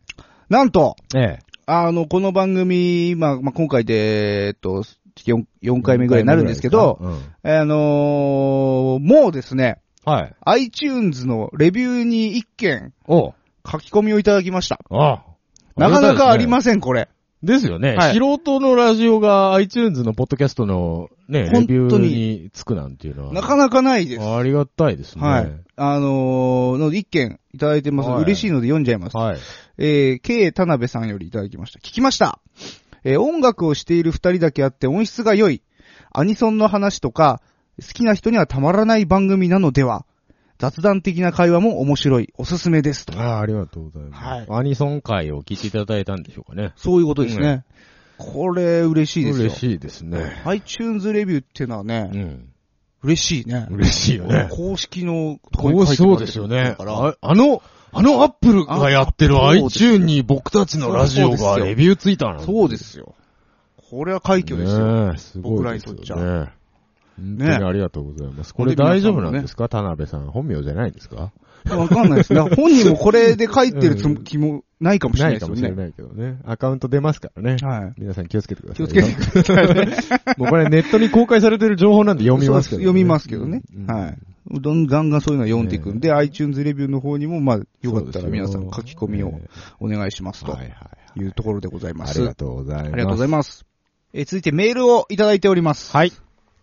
なんと、
ええ。
あの、この番組、まあ、まあ、今回で、えっと、4, 4回目ぐらいになるんですけど、
うん、
あのーもうですね、
はい。
iTunes のレビューに1件
おう
書き込みをいただきました。
ああ。。
なかなかありますせん、これ。
ですよね、
はい
素人のラジオが iTunes のポッドキャストのね、レ
本
ビュ
当
ー
に
につくなんていうのは。
なかなかないです。
ありがたいですね。
はい。あのーので1件いただいてます。
はい
嬉しいので読んじゃいます。
はい。
えー、K 田辺さんよりいただきました。聞きました。えー音楽をしている二人だけあって音質が良い。アニソンの話とか、好きな人にはたまらない番組なのでは。雑談的な会話も面白い。おすすめです。と。
ああ、ありがとうございます。アニソン会を聞いていただいたんでしょうかね。
そういうことですね。これ嬉しいですよ。
嬉しいですね。
iTunes レビューっていうのはね、
うん。
嬉しいね。
嬉しいよね。
公式のとこ
こ
に
う
書いてもら
そ
って
うで
る
すよね。
だから
ああの、あのアップルがやってる
あそうです
iTune に僕たちのラジオがレビューついたなんて
そうですよ。これは快挙ですよ。
ねえすごいで
僕
すよね。
らにとっちゃ
本当にありがとうございます。こ
ほ
れ
んで
大
皆さ
丈
んもね
夫なんですか田辺さん。本名じゃないんですか
わかんないですね。本人もこれで書いてるつも気もないかもしれな
ない
で
いか
すよ
もしれ
ね。
ないけどね。アカウント出ますからね。
はい。
皆さん気をつけてくださ
気
い
を
よ。
つけてくださいね。
[laughs] もうこれネットに公開されてる情報なんで読みますけ
そ
ど、
う読みますけどね。
うん
はい。どんガンガンそういうのは読んでいくんで、iTunes レビューの方にも、まあ、よかったら皆さん書き込みをお願いしますと
はいはいはい。
いうところでございま
あ
す。
りがとうございます。
ありがとうございます。えー続いてメールをいただいております。
はい。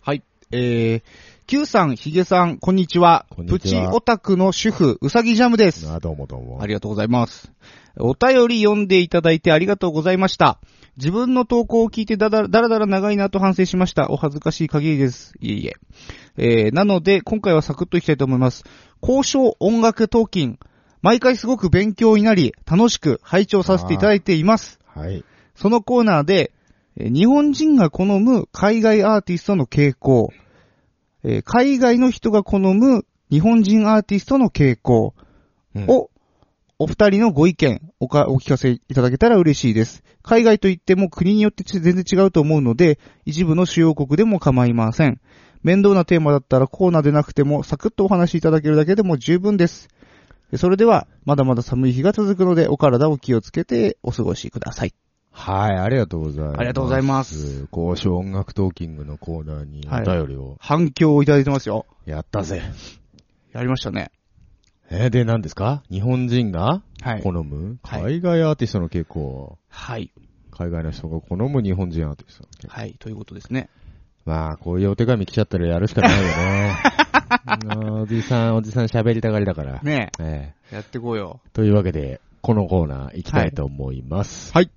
はい。えー、Q さん、ヒゲさん、こんにちは。
こんに
プ
ち
チ
は
オタクの主婦、うさぎジャムです。
あ、どうもどうも。
ありがとうございます。お便り読んでいただいてありがとうございました。自分の投稿を聞いてだだだらだら長いなと反省しました。お恥ずかしい限りです。いえいえ。えー、なので、今回はサクッといきたいと思います。交渉音楽トーキン。毎回すごく勉強になり、楽しく拝聴させていただいています。
はい。
そのコーナーで、えー日本人が好む海外アーティストの傾向、えー海外の人が好む日本人アーティストの傾向
お
を、お二人のご意見おか、お聞かせいただけたら嬉しいです。海外といっても国によってち全然違うと思うので、一部の主要国でも構いません。面倒なテーマだったらコーナーでなくてもサクッとお話しいただけるだけでも十分です。それでは、まだまだ寒い日が続くので、お体を気をつけてお過ごしください。
はい、ありがとうございます。
ありがとうございます。
交渉音楽トーキングのコーナーに
はい
お便りを
反響をいただいてますよ。
やったぜ。
やりましたね。
えー、で、何ですか日本人が
は
好。む、
はい
海外アーティストの傾向。
はい。
海外の人が好む日本人アーティストの傾向。
はい。ということですね。
まあ、こういうお手紙来ちゃったらやるしかないよ
[laughs]
ね。うんおじさん、おじさん喋りたがりだから。
ね
え
え。やってこうよ。
えというわけで、このコーナー行きたいと思います。
はい。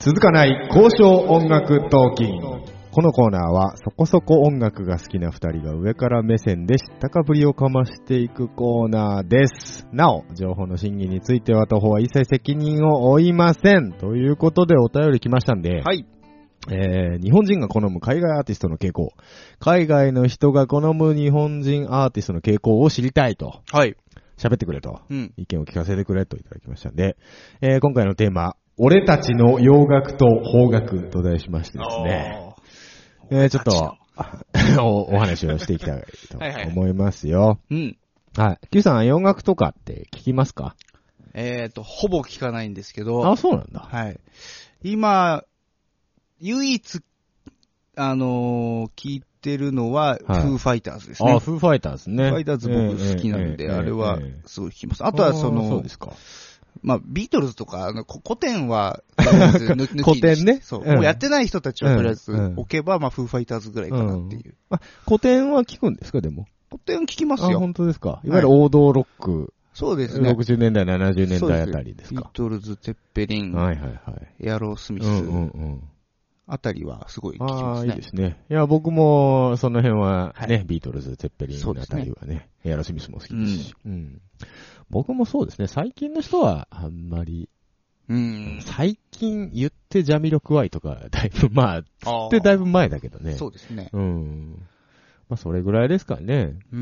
続かない交渉音楽トーキング。このコーナーは、そこそこ音楽が好きな二人が上から目線で知ったかぶりをかましていくコーナーです。なお、情報の審議については、徒歩は一切責任を負いません。ということでお便り来ましたんで、
はい。
えー日本人が好む海外アーティストの傾向、海外の人が好む日本人アーティストの傾向を知りたいと、
はい。
喋ってくれと、
うん。
意見を聞かせてくれといただきましたんで、えー今回のテーマ、俺たちの洋楽と邦楽と題しましてですね、えーちょっと、お [laughs] お話をしていきたいと思いますよ。
おー。うん。
はい。Q さん、洋楽とかって聞きますか
えっ、と、ほぼ聞かないんですけ
あ、
ど、
そうなんだ。
はい。今、唯一、あのー聞いてるのは、
はい
フーファイターズですね。
あ、
フ
フーファイターズね。
ーファイターズ僕好きなん
え
で、
ーえー
あれは
えーえー
すごい聞きます。あとはそ
あーそ
の
うで、すか。
まあ、ビートルズとか、あの、こ古典は、とりあえず抜抜きにして
古典ね
そう。
うん
もうやってない人たちをとりあえず
うん
置けば、まあ、フーファイターズぐらいかなっていう。
あ、古典は聞くんですか、でも。
古典聞きま
あ、
すよ。
本当ですか。いわゆる王道ロック、
そうですね。
60年代、70年
そうで
代
す
あたりです
ビ
か
ー。トルズ、テッペリン、
はいはいはい。
エアロースミ
う
ス
んうんうん。
あたりはすごい聞き
あ
ま
あ
す
ー、いい
ね
で。すね。いや、僕も、その辺は
は
ね、ビートルズ、ゼッペリ
そう
ン
で
あ
すね
たりはね、エアロスミスも好きですし。うん。僕もそうですね、最近の人は、あんまり、
うん。
最近言ってジャミロクワイとか、だいぶ、まあ、つ
あ
ってだいぶ前だけどね。
そうですね。
うん。まあ、それぐらいですかね。
う
うん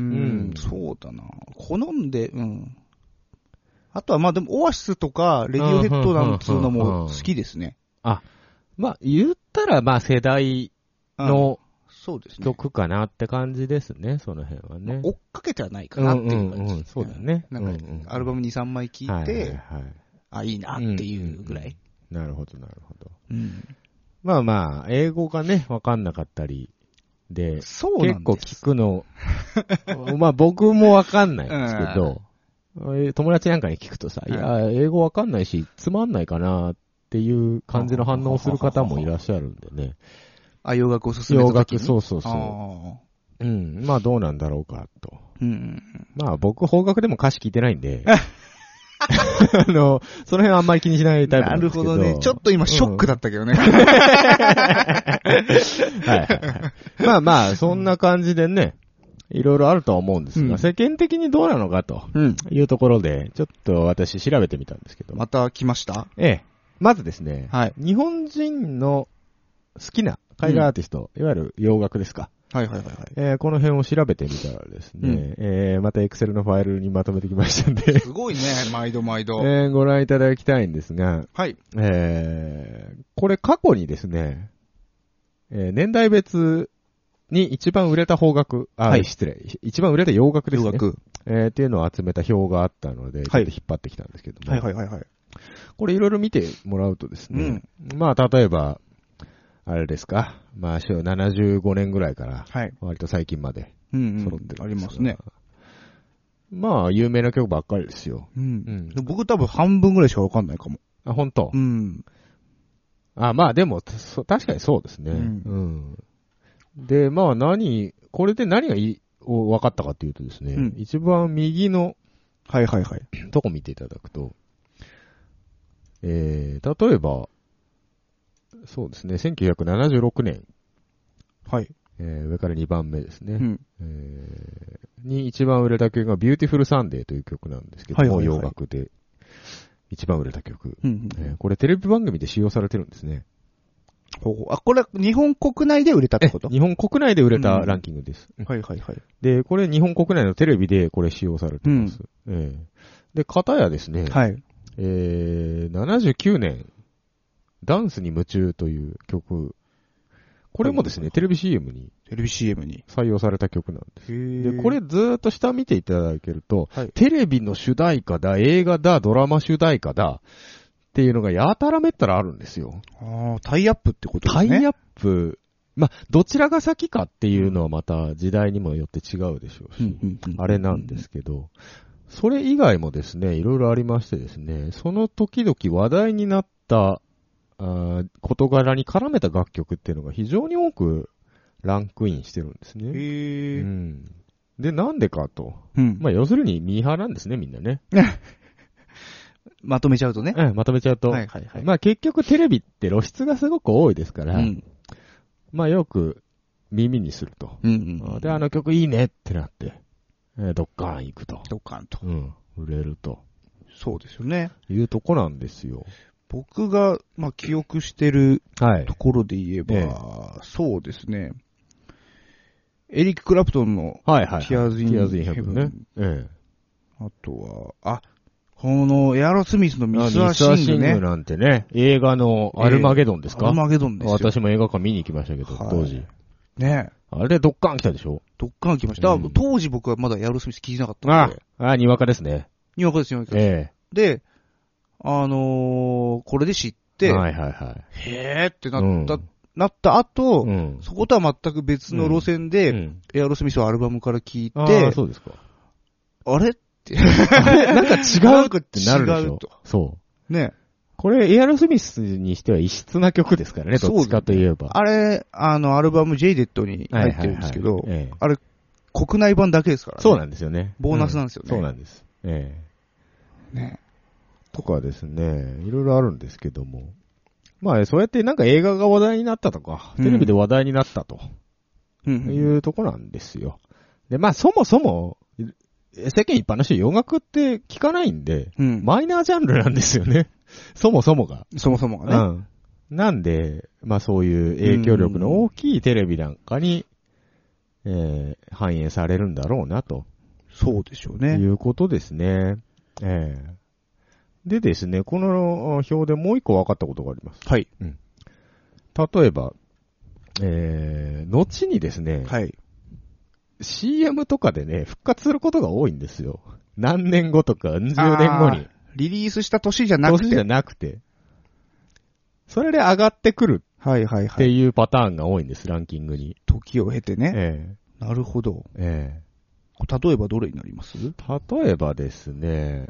ん、
そうだな。好んで、うん。あとは、まあでも、オアシスとか、レディオヘッドなんつうのも好きですね。
まあ、言ったら、まあ、世代
うん、
の
そうですね。
曲かなって感じですね、その辺はね。
追っかけてはないかなっていう感
ん
じ。
んんそうだね。
なんか
うんうん
アルバム2、3枚聴いて、
はいはいはい
あ、いいなっていうぐらい。
なるほど、なるほど。
うん
まあまあ、英語がね、わかんなかったりで、
そうな
結
ん
構
です。
聞くの、まあ僕もわかんないんですけど、えー友達なんかに聞くとさ、いや、英語わかんないし、つまんないかなっていう感じの反応をする方もいらっしゃるんでね。
あ、洋楽おすすめ
洋
の時
楽、
に
そうそう
あ
そ
ー
う。うん、まあどうなんだろうかと。
うん。
まあ僕、邦楽でも歌詞聞いてない
[laughs]
んで、あの、その辺はあんまり気にしないタイプ
なん
で
る
すけ
ほ
ど。
どね。ちょっと今、ショックだったけどね。
はいはいはい。まあまあ、そんな感じでね、いろいろあるとは思うんです
う
が、
ん
世間的にどうなのかと
うん。
いうところで、ちょっと私調べてみたんですけど、
また来ました
ええ、まずですね、
はい。
日本人の好きな海外アーティスト、いわゆる洋楽ですか、
はいはいはいはい。
えーこの辺を調べてみたらですね、
うん
えーまた Excel のファイルにまとめてきましたんで、
すごいね、毎度毎
え
度。
ーご覧いただきたいんですが、
はい。
えーこれ過去にですね、えー年代別に一番売れた邦楽、あ、
はい
失礼、一番売れた洋楽ですね。
楽。
えーっていうのを集めた表があったので、ちょっと引っ張ってきたんですけども、
はいはいはいはい。
これいろいろ見てもらうとですね、まあ例えば、あれですか、まあ75年ぐらいから、
はい。
割と最近まで
うん、うん。
揃ってるんですが
ありますね。。
まあ有名な曲ばっかりですよ。
うん。
うん
僕多分半分ぐらいしかわかんないかも。
あ、本当。
うん。
あ、まあでも、そ確かにそうですね。う。
うん
で、まあ何、これで何がいい、を分かったかっていうとですね、
うん
一番右の
はいはいはい。
とこ見ていただくと、えー、例えば、そうですね、1976年、
はい。
えー上から2番目ですね、
うん。
えーに一番売れた曲が Beautiful Sunday という曲なんですけども、
はいはいはい
洋楽で一番売れた曲、
うん
えーこれテレビ番組で使用されてるんですね。
ほうほうあ、これ日本国内で売れたってこと
日本国内で売れたランキングです。
はいはいはい。
で、これ日本国内のテレビでこれ使用されてます。ええで、片やですね、
はい。
えー、79年、ダンスに夢中という曲、これもですね、テレビ CM に
テレビ CM に。
採用された曲なんで
へ
す。で、これ、ずーっと下見ていただけると、
はい
テレビの主題歌だ、映画だ、ドラマ主題歌だ、っていうのがやたらめったらあるんですよ。
ああ、タイアップってことです
タ
ね。
イ
アッ。
アップ、まあ、どちらが先かっていうのはまた時代にもよって違うでしょうし、あれなんですすけど、それ以外もですね、いろいろありましてですね、その時々話題になった、あー事柄に絡めた楽曲っていうのが非常に多くランクインしてるんです
へ
ね。う
え。
ん、で、なんでかと。
うん。
まあ、要するにミーハーなんですね、みんなね。
まとめちゃうとね。
ええまとめちゃうと。
はいはいはい。
まあ、結局テレビって露出がすごく多いですから、
うん。
まあ、よく耳にすると。
うんうん。
で、あの曲いいねってなって、えーどっかん行くと。
ドカンと。
うん、売れると
そうですよね。
いうとこなんですよ。
僕が、まあ、記憶してる
はい
と。ころで言えば、
え
そうですね。エリック・クラプトンの、
はいはい。
Tears in
Tears in Heaven ね
Heaven。
え
あとは、あ、このエアロスミスの
え。
ミス・ア・シ
ミスア
ングね。
なんてね、映画のアルマゲドンです
ア
か
ルマゲドンですよ。
私も映画館見に行きましたけど
はい、
当時。
ね
あれでドッカン来たでしょ
どっから来ました、
うん
当時僕はまだエアロスミス聞いてなかった
あ
ので。
あ、にわかですね。
にわかですよ。
え
で、あのーこれで知っ
え。
て、
はいはいはい。
へーってなった、
うん
なった後、
うん。
そことは全く別の路線で、
うん
エアロスミスをアルバムから聞い
ああ、
て、
そうですか。
あれ
って。あれなんか違うってなるでし
なん
ょ
か違うと。
そう。
ね。
これ、エアロスミスにしては異質な曲ですからね、どっちかといえば。
あれ、あの、アルバム j デットに入ってるんですけど、
はいはいはいええ
あれ、国内版だけですからね。
そう
ね。
なんですよね。
ボーナスなんですよね
うそうなんです。ええとかですね、いろいろあるんですけども。まあ、そうやってなんか映画が話題になったとか、
うん
テレビで話題になったと
うんうん
いうとこなんですよ。で、まあ、そもそも、世間一般の人、洋楽って聞かないんで、
うん。
マイナージャンルなんですよね。 [laughs] そもそもが。
そもそもがね。
うん。なんで、まあそういう影響力の大きいテレビなんかに、えー反映されるんだろうな、と
そうでしょう
い
ね。
うことですね。ええでですね、この表でもう一個分かったことがあります。
はい。
例えば、えー、後にですね、
はい。
CM とかでね、復活することが多いんですよ。何年後とか、何十年後に。
あー。リリースした年じゃなく
年じゃ
て。
なくて。それで上がってくる
はいはい
っ
は
て
い。
いうパターンが多いんです、ランキングに。
時を経てね。
え
なるほど。
ええ
例えばどれになります
え例えばですね、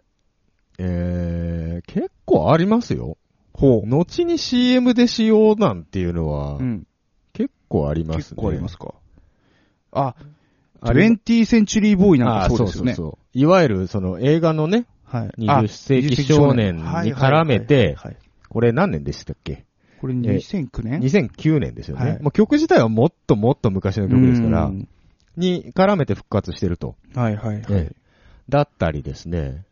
ええ結構ありますよ。
ほ。
後に CM で使用なんていうのは
う、ん。
結構ありますね。
結構ありますか。あ、
ありま
20センチュリーボーイなん
あ
か
そ
そうう
そ
で
う
す
そ
よ
う
ね。
いわゆるその映画のね、
はい。あ
20世紀少年に絡めて、
はいはいはいはい
これ何年でしたっけ
これ2009年
?2009 年ですよね。
はい
もう曲自体はもっともっと昔の曲ですから
う、ん
に絡めて復活してると。
はいはいはい。
ええだったりですね。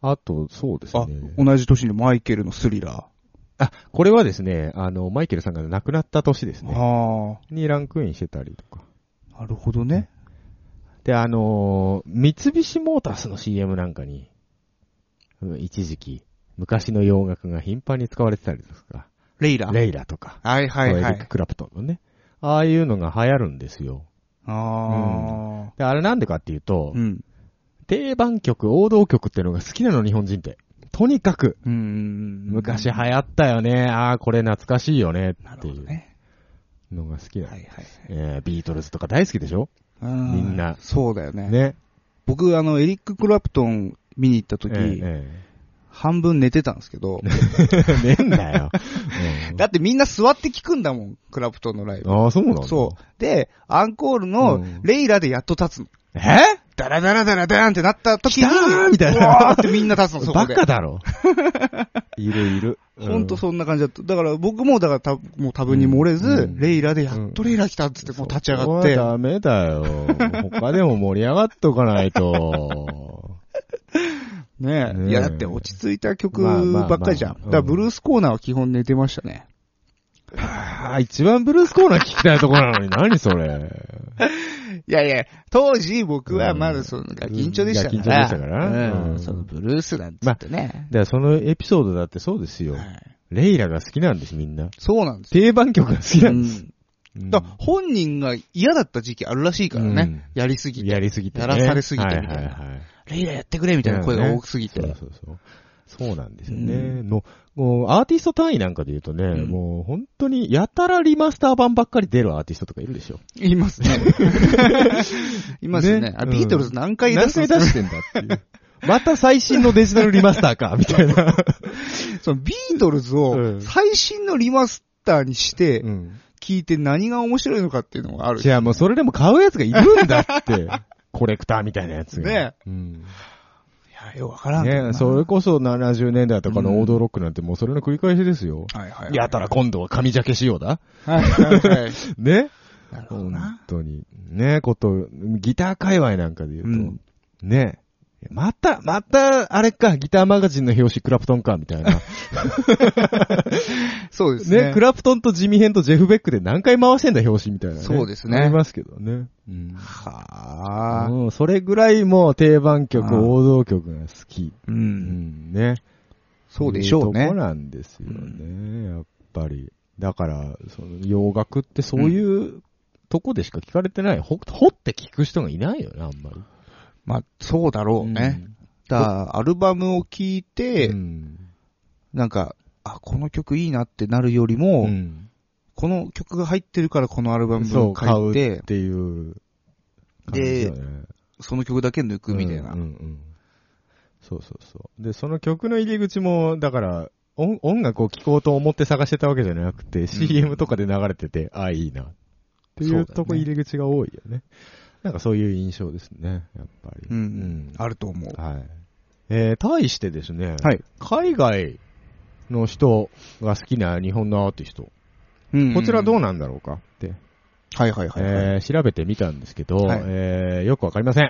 あと、そうです
あ
ね、。
同じ年にマイケルのスリラ
あ、これはですね、あの、マイケルさんが亡くなった年です
ー。
ね。
あ
にランクインしてたりとか。
あ、なるほどね。
で、あのー三菱モータースの CM なんかに、うん一時期、昔の洋楽が頻繁に使われてたりとか、
レイラ
レイラとか、
はいはいは
エリック・
い。
クラプトンのね、ああいうのが流行るんですよ。
あ
で、あれなんでかっていうと
あ。、うん。
定番曲、王道曲っていうのが好きなの、日本人って。とにかく、
うん。
昔流行ったよね。ああ、これ懐かしいよね。
な
って
るほ
い
ど
う
ね。
のが好きな
は
の
いはい。
えービートルズとか大好きでしょ
み
んな
そうだよね。
ね。
僕、あの、エリック・クラプトン見に行った時、 [laughs]
え
半分寝てたんですけど、
えええねえんだよ。うん
だってみんな座って聞くんだもん、クラプトンのライブ。
ああ、そうなんだ。
そう。で、アンコール
う
の
ん
レイラでやっと立つの。
え
ダラダラダラダーンってなった時に、
来たーみたいな
うわ
[laughs]
ーってみんな立つの、そこ
バ
で。
カだろ。 [laughs] いるいる。
ほんとそんな感じだった。だから僕も、だからた、もう多分に漏れず、
うんうん
レイラでやっとレイラ来たっつって、もう立ち上がっ
そ
て。
こはダメだよ。他でも盛り上がっとかな
[laughs]
いと。
ねえ。
ねえ
いや、だって落ち着いた曲
まあまあまあ
ばっかりじゃん。
うん
だからブルースコーナーは基本寝てましたね。
ああ、一番ブルースコーナー聞きたいところなのに、何それ。
いやいや、当時僕はまだその、ガキンチョでしたから。
ガキンチョでしたから
うん
うん
そのブルースなんつってね。
で、そのエピソードだってそうですよ。
はい
レイラが好きなんです、みんな。
そうなんですよ。
定番曲が好きなんです。
うんだから本人が嫌だった時期あるらしいからね。
うん
やりすぎて。
やりすぎて、ね。
やらされすぎてみたいな
ははは
レイラやってくれみたいな声が多すぎて。
そうそうそう。そうなんですよ
う
ね。の、もうアーティスト単位なんかで言うとね、
うん
もう本当にやたらリマスター版ばっかり出るアーティストとかいるでしょ。
います [laughs] ね。いますよね
ね
あ
うん
ビートルズ何回出
何
す
回
ん
出
です
してんだっていう。 [laughs] また最新のデジタルリマスターか、みたいな。
かそのビートルズ
う
を
ん
最新のリマスターにして
うん。
聞いて何が面白いのかっていうのがある
い。や、もうそれでも買うやつがいるんだって。 [laughs] コレクターみたいなやつが。
ね
うん。
いや、よくわからんけどな。
ねそれこそ70年代とか
うん
の王道ロックなんてもうそれの繰り返しですよ。
はいはいはい。
やたら今度は髪ジャケしようだ。
はいはいはい。
ね
[laughs] なるほど
本
な。
当に。ねこと、ギター界隈なんかで言うと、
うん
ねまた、また、あれか、ギターマガジンの表紙クラプトンか、みたい
[laughs]
な。
そうです
ね
ね
ク。ラプトンとジミヘンとジェフベックで何回回してんだ、表紙みたいな、ね。
そうですね
ありますけどね。うん。
はあ。
うんそれぐらいもう定番
あー
曲、王道曲が好き。
う。
うんん、ね。
そうでしょう
い
ね
とこ。なんですよね、やっぱり。だから、その洋楽ってそういうとこでしか聞かれてない。ほ、ほって聞く人がいないよね、あんまり。
まあ、そうだろうね。だからアルバムを聞いて、
うん。
なんか、あ、この曲いいなってなるより
う
も、
ん。
この曲が入ってるからこのアルバム
そう、
を
買
書いうて
っ、ていう感じよね。
その曲だけ抜くみたいな。
うんうんうんそうそうそう。で、その曲の入り口も、だから、音音楽を聴こうと思って探してたわけじゃなくて、CM とかで流れてて、ああ、いいな。って
そう
い
だ
う
ね
とこ入り口が多いよね。なんかそういう印象ですね、やっぱり。
うん、あると思う。
はい。えー、対してですね、
はい。
海外の人が好きな日本のアーティスト、
うん
こちらどう
な
なんだろうかって、
はいはいはい、はい [laughs]
えー、調べてみたんですけど、
はい
えー、よくわかりません。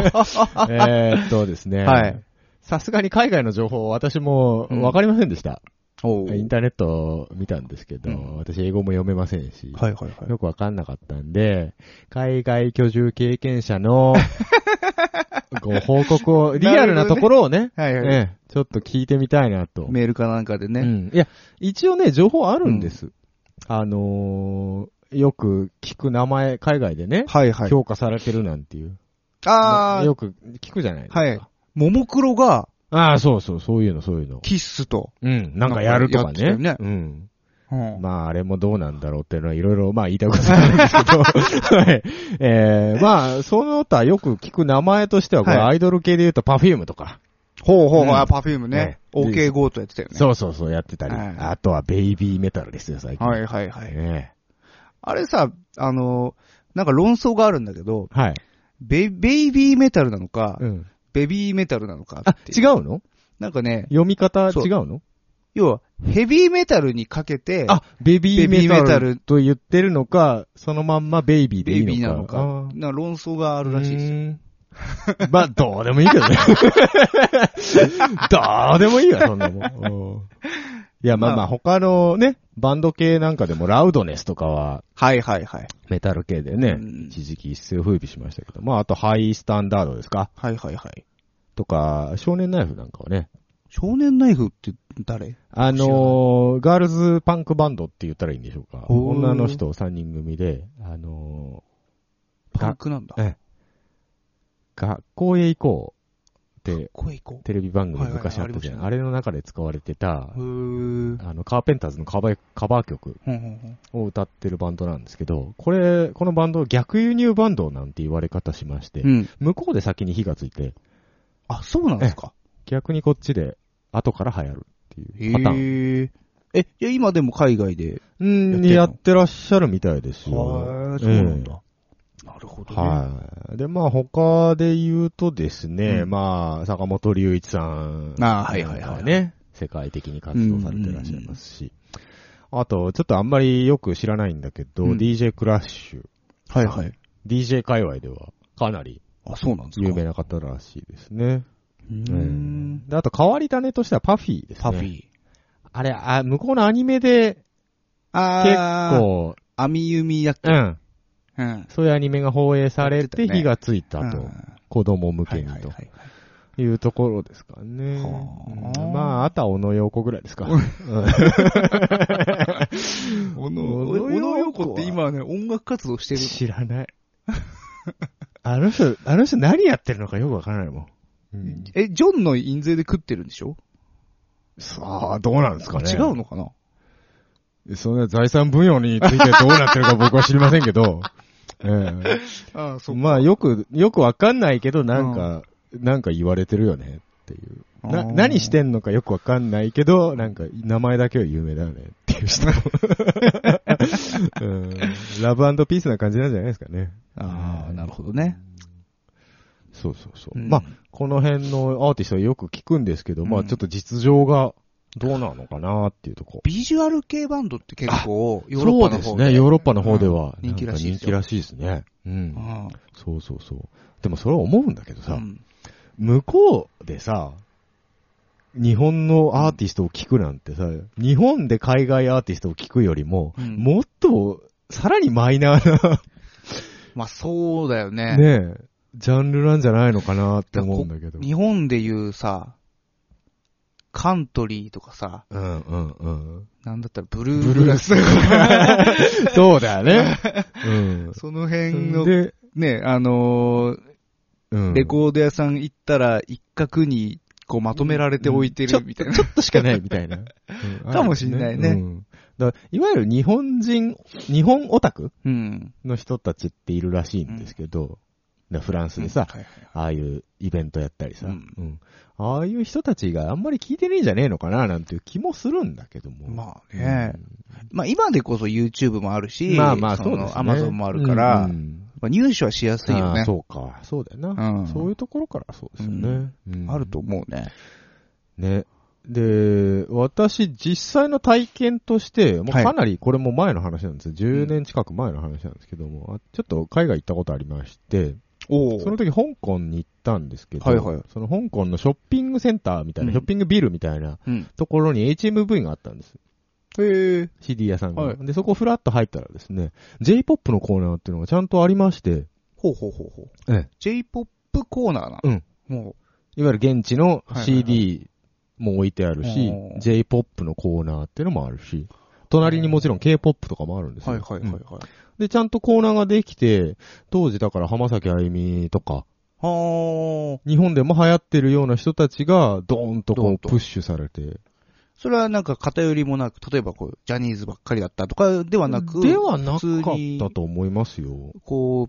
えーっとです [laughs] ね、
はい
さすがに海外の情報、私も
うん
わかりませんでした。
おう
インターネットを見たんですけど、
うん
私英語も読めませんし、
はいはいはい。
よくわかんなかったんで、海外居住経験者 [laughs] のご報告を、リアルなところをね、
はいはい
ええちょっと聞いてみたいなと。
メールかなんかでね。
うん、いや、一応ね、情報あるんです。あのーよく聞く名前、海外でね、
はいはい。
評価されてるなんていう。
あー
よく聞くじゃないですか。
はい。ももクロが
ああ、そうそう、そういうの、そういうの。
キッスと。
うん、なんかやるとかね。
なんかやってた
うん。
うん
まあ、あれもどうなんだろうっていうのは、いろいろ、まあ、言いたいことがあるんです
[laughs]
けど、はい。えー、まあ、その他よく聞く名前としては、これ、
はい
アイドル系で言うと、パフュームとか、
ほうほうほう、
うん
あ、パフュームね。
ね
OK ゴートやってたよね。
そうそうそう、やってたり、
はい
あとは、ベイビーメタルですよ、最近。
はいはいはい。
ね
あれさ、あの、なんか論争があるんだけど、
はい。
ベベイビーメタルなのか、
うん。
ベビーメタルなのか
あ
っ、ていう。
違うの
なんかね、
読み方違うの
要は、ヘビーメタルにかけて、
あ、ベビ
ベ
ー
ビ
メ
ーメ
タ
タ
ル
ル
と言ってるのか、そのまんまベイビーで
ベ
い
イ
いのか。
ビーなの
あ
か
ー、
な論争があるらしいですよ。
うーん [laughs] まあ、どうでもいいけどね。 [laughs] どうでもいいわ、そんなもんうん。いや、まあま
ま
あ、
あ
他のね、バンド系なんかでも、ラウドネスとかは、
はいはいはい。
メタル系で
う
ね
ん、
一時期一世を風靡しましたけど、まあ、あと、ハイスタンダードですか
はいはいはい。
とか、少年ナイフなんかはね、
少年ナイフって誰
あのー、ガールズパンクバンドって言ったらいいんでしょうか。
おー
女の人3人組で、あの
パンクなんだ。
えー、学校へ行こうって、
声行こ
テレビ番組
はいはいはい
昔あったじゃん。
あ
あれの中で使われてた
う。、ふー。
あの、カーペンターズのカバーカバー曲
ほんほんほん
を歌ってるバンドなんですけど、これ、このバンド、逆輸入バンドなんて言われ方しまして、
うん。
向こうで先に火がついて、
あ、そうなんですか。
逆にこっちで後から流行るって
へ
いうパターン。
ー。え、じゃあ今でも海外で。
うん、や
やってんの
ってらっしゃるみたいですよ。
はー、そうなんだ。なるほどね。
はい。で、まあ、他で言うとですね、
うん
まあ、坂本龍一さん。
あーはいはいはいはい
ね、世界的に活動されてらっしゃいますし。あと、ちょっとあんまりよく知らないんだけど、
うん
DJ クラッシュ。
はいはい。
DJ 界隈では、かなり
あ、そうなんですか。
有名な方らしいですね。
う
う
ーん。
であと、変わり種としてはパフィーですね。
パフィ。ー。
あれ、あ、向こうのアニメで、結
あー。
構、
網弓やっ
うん。
うん。
そういうアニメが放映されて、
やってたね
火がついたと。
うん
子供向
は
け
い
に
はい
と
は。い。
いうところですかね。
はあ
うんまあ、あとは小野洋子ぐらいですか。
小
野
野洋子って今ね、音楽活動してる。
[laughs] 知らない。あの人、あの人何やってるのかよくわからないもん。うん、
え、ジョンの印税で食ってるんでしょ
さあ、どうなんですかね。
違うのかな
そんな財産分与についてどうなってるか僕は知りませんけ [laughs] ど。え
ああ、
え
そ
まあ、よく、よくわかんないけど、なんか、なんか言われてるよねっていう。な、何してんのかよくわかんないけど、なんか、名前だけは有名だよねってい
[laughs]
う人。うんラブピースな感じなんじゃないですかね。
ああ、なるほどね。
そうそうそう。
うん
まあ、この辺のアーティストはよく聞くんですけど、まあ、
うん
ちょっと実情がどうなのかなっていうとこ。
ビジュアル系バンドって結構、ヨーロッパの
そう
方
ですね、ヨーロッパの方では。
うん人気らしい
な
です
んか人気
よ
らしいですね。うん。
うん
そうそうそう。でもそれは思うんだけどさ、
うん
向こうでさ、日本のアーティストを聞くなんてさ、日本で海外アーティストを聞くよりも、
うん
もっと、さらにマイナーな、
まあそうだよね。
ねえ、ジャンルなんじゃないのかなって思うんだけど。
日本でいうさ、カントリーとかさ、
うんうんうん。
なんだったらブルーブラスとか、
そうだよね。うん。
その辺の、
で、
ね、あのー
うん
レコード屋さん行ったら一角にこうまとめられて置いて
ちょ
るみたいな。
ちょっとしかないみたいな。うん
かもしんないね
うんだからいわゆる日本人、日本オタク
うん。
の人たちっているらしいんですけど、なフランスでさ、
はいはい
ああいうイベントやったりさ、
う
うんんああいう人たちがあんまり聞いてねえんじゃねえのかななんていう気もするんだけども。
まあね、まあ今でこそ YouTube もあるし、
まあまあ、
そ
そ
の
うですね。
Amazon もあるから、
うんうん
まあ、入手はしやすいよ
あ
ね
あ。そうか。そうだよ
うん
な。そういうところからそうですよね。うん
あると思うね。
ね。で、私、実際の体験として、もう
はい
かなり、これも前の話なんですよ。10年近く前の話なんですけども、あちょっと海外行ったことありまして、
お
その時香港に行ったんですけど、
はいはい
その香港のショッピングセンターみたい
う
な、
ん
ショッピングビルみたいな
うん。
ところに HMV があったんです。
へえ。
CD 屋さんが。
はい
で、そこフラッと入ったらですね、J-POP のコーナーっていうのがちゃんとありまして、
ほうほうほうほう。
ええ
J-POP コーナーな。
うん。
も
いわゆる現地の
はいはいはい
CD も置いてあるし、
おー
J-POP のコーナーっていうのもあるし、隣にもちろん K-POP とかもあるんです
う。
よ。
はいはいはいはい
うん。で、ちゃんとコーナーができて、当時だから浜崎あゆみとか、
はー。
日本でも流行ってるような人たちがドーンと
ド
こ
ーン
う
と
プッシュされて。
それはなんか偏りもなく、例えばこう、ジャニーズばっかりだったとかではなく、
ではなか
普通
った
に
と思いますよ。
こ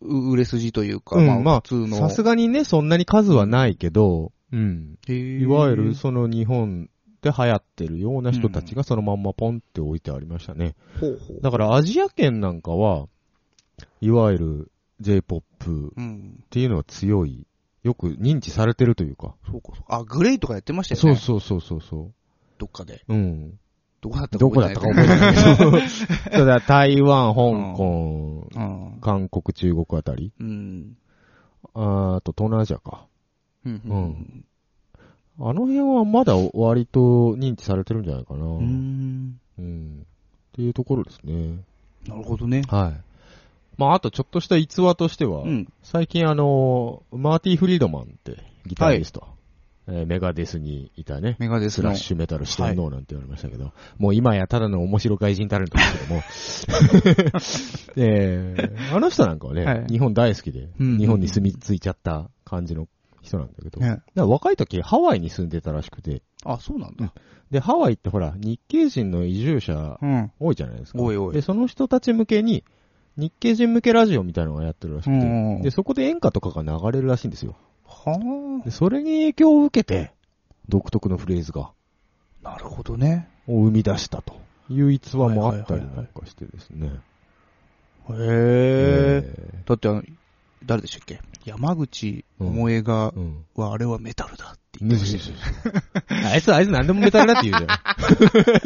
う、う売れ筋というか、
うん、まあ
普通、の。
さすがにね、そんなに数はないけど、うん。い
い
わゆる、その日本で流行ってるような人たちがそのまんまポンって置いてありましたね。
ほうほう。
だからアジア圏なんかは、いわゆる J-POP っ
うん。
ていうのは強い、よく認知されてるというか。
そうかそうか。あ、グレイとかやってましたよ
そ
ね。
うそうそうそうそ
どっかで。
う。うん。
どこだったか
どこだ
覚
っ
え
た
て
か
ない
覚
け
えてない
[laughs]
けど。そうだ、台湾、香港、
ど。うん。
韓国、中国あたり。
うん。
あーあと、東南アジアか。
う
うん。あの辺はまだ割と認知されてるんじゃないかな。
うーん。
うん。っていうところですね。
なるほどね。
はい。まあ、あとちょっとした逸話としては、
うん。
最近あのーマーティ・フリードマンってギタリスト、えーメガデスにいたね、
メガデス
ス
の
ラッ。シュメタルしてんのなんて言われましたけど、もう今やただの面白外人タレン
[laughs]
トですけども、えーあの人なんかはね、
はい
日本大好きで、
うん
日本に住み着いちゃった感じの人なんだけど、だか
ね
ら若い時ハワイに住んでたらしくて、
あ、そうなんだ。
で、ハワイってほら、日系人の移住者
うん。
多いじゃないですか。
おいおい
で、その人たち向けに、日系人向けラジオみたいなのがやってるらしくて、
うん
で、そこで演歌とかが流れるらしいんですよ。
は
で、それに影響を受けて、独特のフレーズが、
あ。なるほどね。
を生み出したという逸話もあったりなんかしてですね。
へえ。
え
だってあの、誰でしたっけ山口萌えが
ー、うん。
は、あれはメタルだって言
ね
ってま
そ
し
う
た
そうそうあいつ、あいつ何でもメタルだって言うじ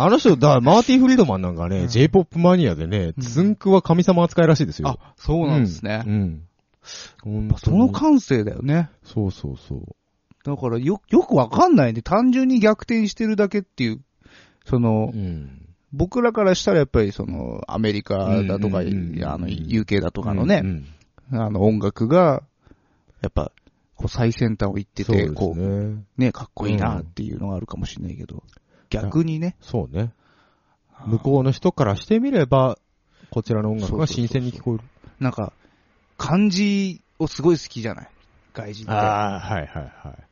[laughs]
ん。あの人、だからマーティ・フリードマンなんかね、
うん
J-POP マニアでね、
うん
つんくは神様扱いらしいですよ。
あ、そうなんですね。
うん。うん。
その感性だよね。
そうそうそう。
だからよ、よくわかんないね。単純に逆転してるだけっていう。その
う、ん。
僕らからしたらやっぱりその、アメリカだとか、あ
うんうんうん
の、UK だとかのね
う、ん
あの音楽が、やっぱ、こう最先端を行って
そうで
て、
す
こう、
ね。
ね、かっこいいなっていうのがあるかもしれないけど、逆にね、
そうね。向こうの人からしてみれば、こちらの音楽が新鮮に聞こえる。
なんか、漢字をすごい好きじゃない外人って。な
あー、はいはいはい。